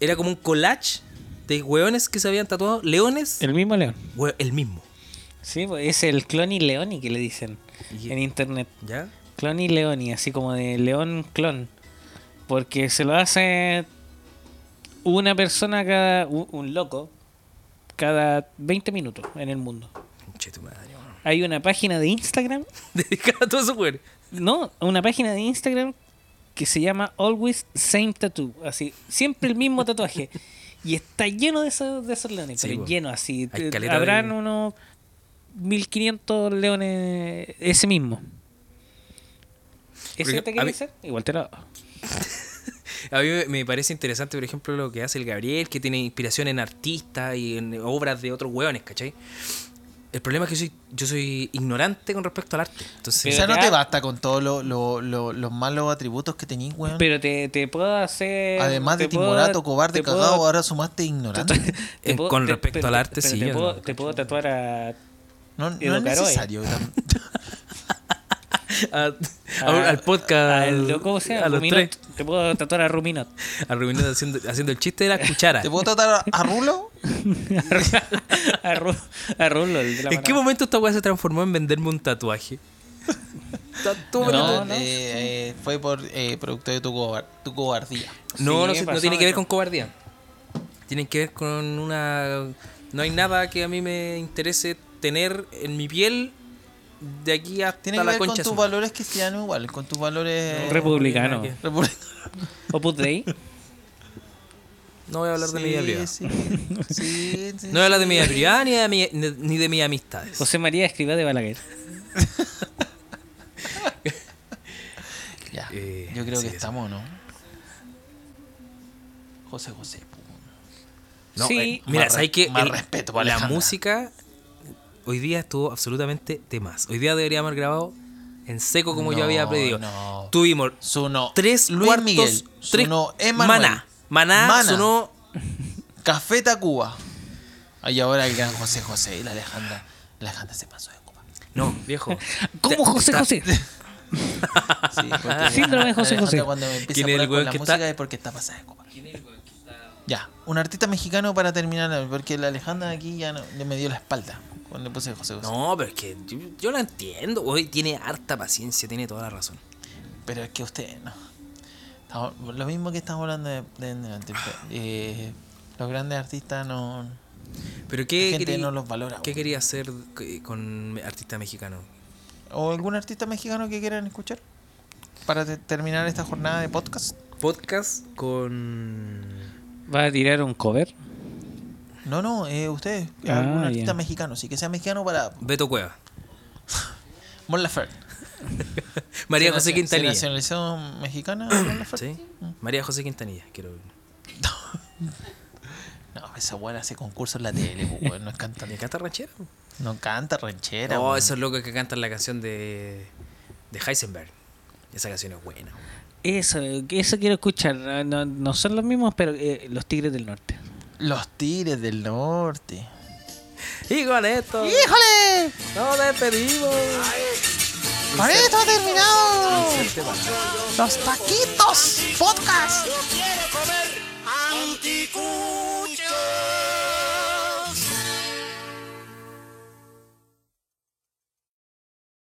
Era como un collage de weones que se habían tatuado. Leones.
El mismo león.
Weón, el mismo.
Sí, pues, es el clon y leoni que le dicen
Y-
en internet.
¿Ya?
Clon y leoni, así como de león clon. Porque se lo hace una persona cada. un, un loco cada 20 minutos en el mundo.
Conche tu madre, weón.
Hay una página de Instagram.
dedicada a todos esos weones.
No, una página de Instagram que se llama Always Same Tattoo. Así, siempre el mismo tatuaje. y está lleno de esos, de esos leones,
Sí,
pero
po.
lleno así.
Hay
Eh,
caleta
Habrán
de-
unos 1500 leones ese mismo. ¿Ese
Porque
te
a
quiere
mí-
hacer? Igual te lo.
A mí me- me parece interesante, por ejemplo, lo que hace el Gabriel, que tiene inspiración en artistas y en obras de otros hueones, ¿cachai? El problema es que yo soy, yo soy ignorante con respecto al arte.
O
Entonces,
sea,
Pero
no
te
te
ha-
basta con todos lo- lo- lo- los malos atributos que tenías, weón.
Pero te, te puedo hacer.
Además de
te puedo-
timorato, cobarde, ah.
te puedo-
cagado, ahora sumaste ignorante.
te
En-
puedo-
Eh, con
te-
respecto
pero
al
te-
arte,
pero
sí,
Te
yo
puedo,
no.
te puedo tatuar a.
No, no es
Educaroe.
necesario. tam-
a- a- al podcast,
al- ¿Cómo se llama?
a los
Ruminot.
tres,
Te puedo tatuar a Ruminot.
a Rubinot haciendo, haciendo el chiste de la cuchara.
¿Te puedo tratar a Rulo?
a, Ru- a Rulo, el de la
¿En qué
manada.
momento esta weá se transformó en venderme un tatuaje? Tatúame
No,
tatu-
no.
eh, eh, fue por eh, producto de tu, cobar- tu cobardía.
No,
Sí,
no, se- no
pasó
tiene que ver
eso.
con cobardía. Tiene que ver con una. No hay nada que a mí me interese tener en mi piel de aquí hasta
Tiene que
la
ver con
concha.
tus
azul.
valores cristianos igual, con tus valores... eh,
Republicano.
No,
republicanos.
Opus Dei.
No voy a hablar de mi vida privada.
Sí, sí, sí,
no voy a hablar de mi vida
sí.
privada ni de, mi- ni- ni de mis amistades.
José María Escribá de Balaguer.
Ya,
Eh,
yo creo
sí,
que
sí.
estamos, ¿no? José José. pu.
No,
sí.
eh, mira,
Más
¿sabes
re-
qué?
más
El-
respeto para
La
Alejandra.
música hoy día estuvo absolutamente de más. Hoy día deberíamos haber grabado en seco como yo
No,
había pedido.
no.
Tuvimos
Sonó
tres
Luis
cuartos,
Miguel.
tres
Sonó Emanuel.
maná, maná,
Maná.
sonó
Café Tacuba. Ahí ahora el gran José José y la Alejandra. La Alejandra se pasó de Cuba.
No, viejo.
¿Cómo
Te-
José
ta-
José?
Sí, porque
Síndrome de José
Alejandra
José.
Cuando me empieza
¿Quién
a
es el weón
poner con la
que
música
está-
es porque está pasada de Cuba. Ya, un artista mexicano para terminar, porque la Alejandra aquí ya no, le me dio la espalda cuando puse José José.
No, pero es que yo, yo la entiendo. Hoy tiene harta paciencia, tiene toda la razón.
Pero es que usted no. Estamos- lo mismo que estamos hablando de, de- de antes, eh, los grandes artistas no.
Pero
La
¿qué,
gente
querí-
no los valora,
¿qué
weón.
quería hacer c- con artista mexicano?
¿O algún artista mexicano que quieran escuchar? Para te- terminar esta jornada de podcast.
Podcast con...
¿Va a tirar un cover?
No, no, eh, ustedes.
Ah,
algún artista
ya.
mexicano, sí que sea mexicano para.
Beto Cueva.
Mon Laferte.
María
Se
José
nacio-
Quintanilla.
Se nacionalizó mexicana Mon Laferte.
¿Sí? María José Quintanilla. Quiero...
No, esa buena hace concursos en la tele, pues, weón, no es
¿Le
cantante.
canta Oh, ranchera?
No canta ranchera.
No,
weón.
esos locos que cantan la canción de, de Heisenberg. Esa canción es buena.
Eso, eso quiero escuchar. No- No, no son los mismos, pero eh, los Tigres del Norte.
Los Tigres del Norte.
Y con esto
¡Híjole!
nos despedimos.
Con esto ha terminado. Los taquitos.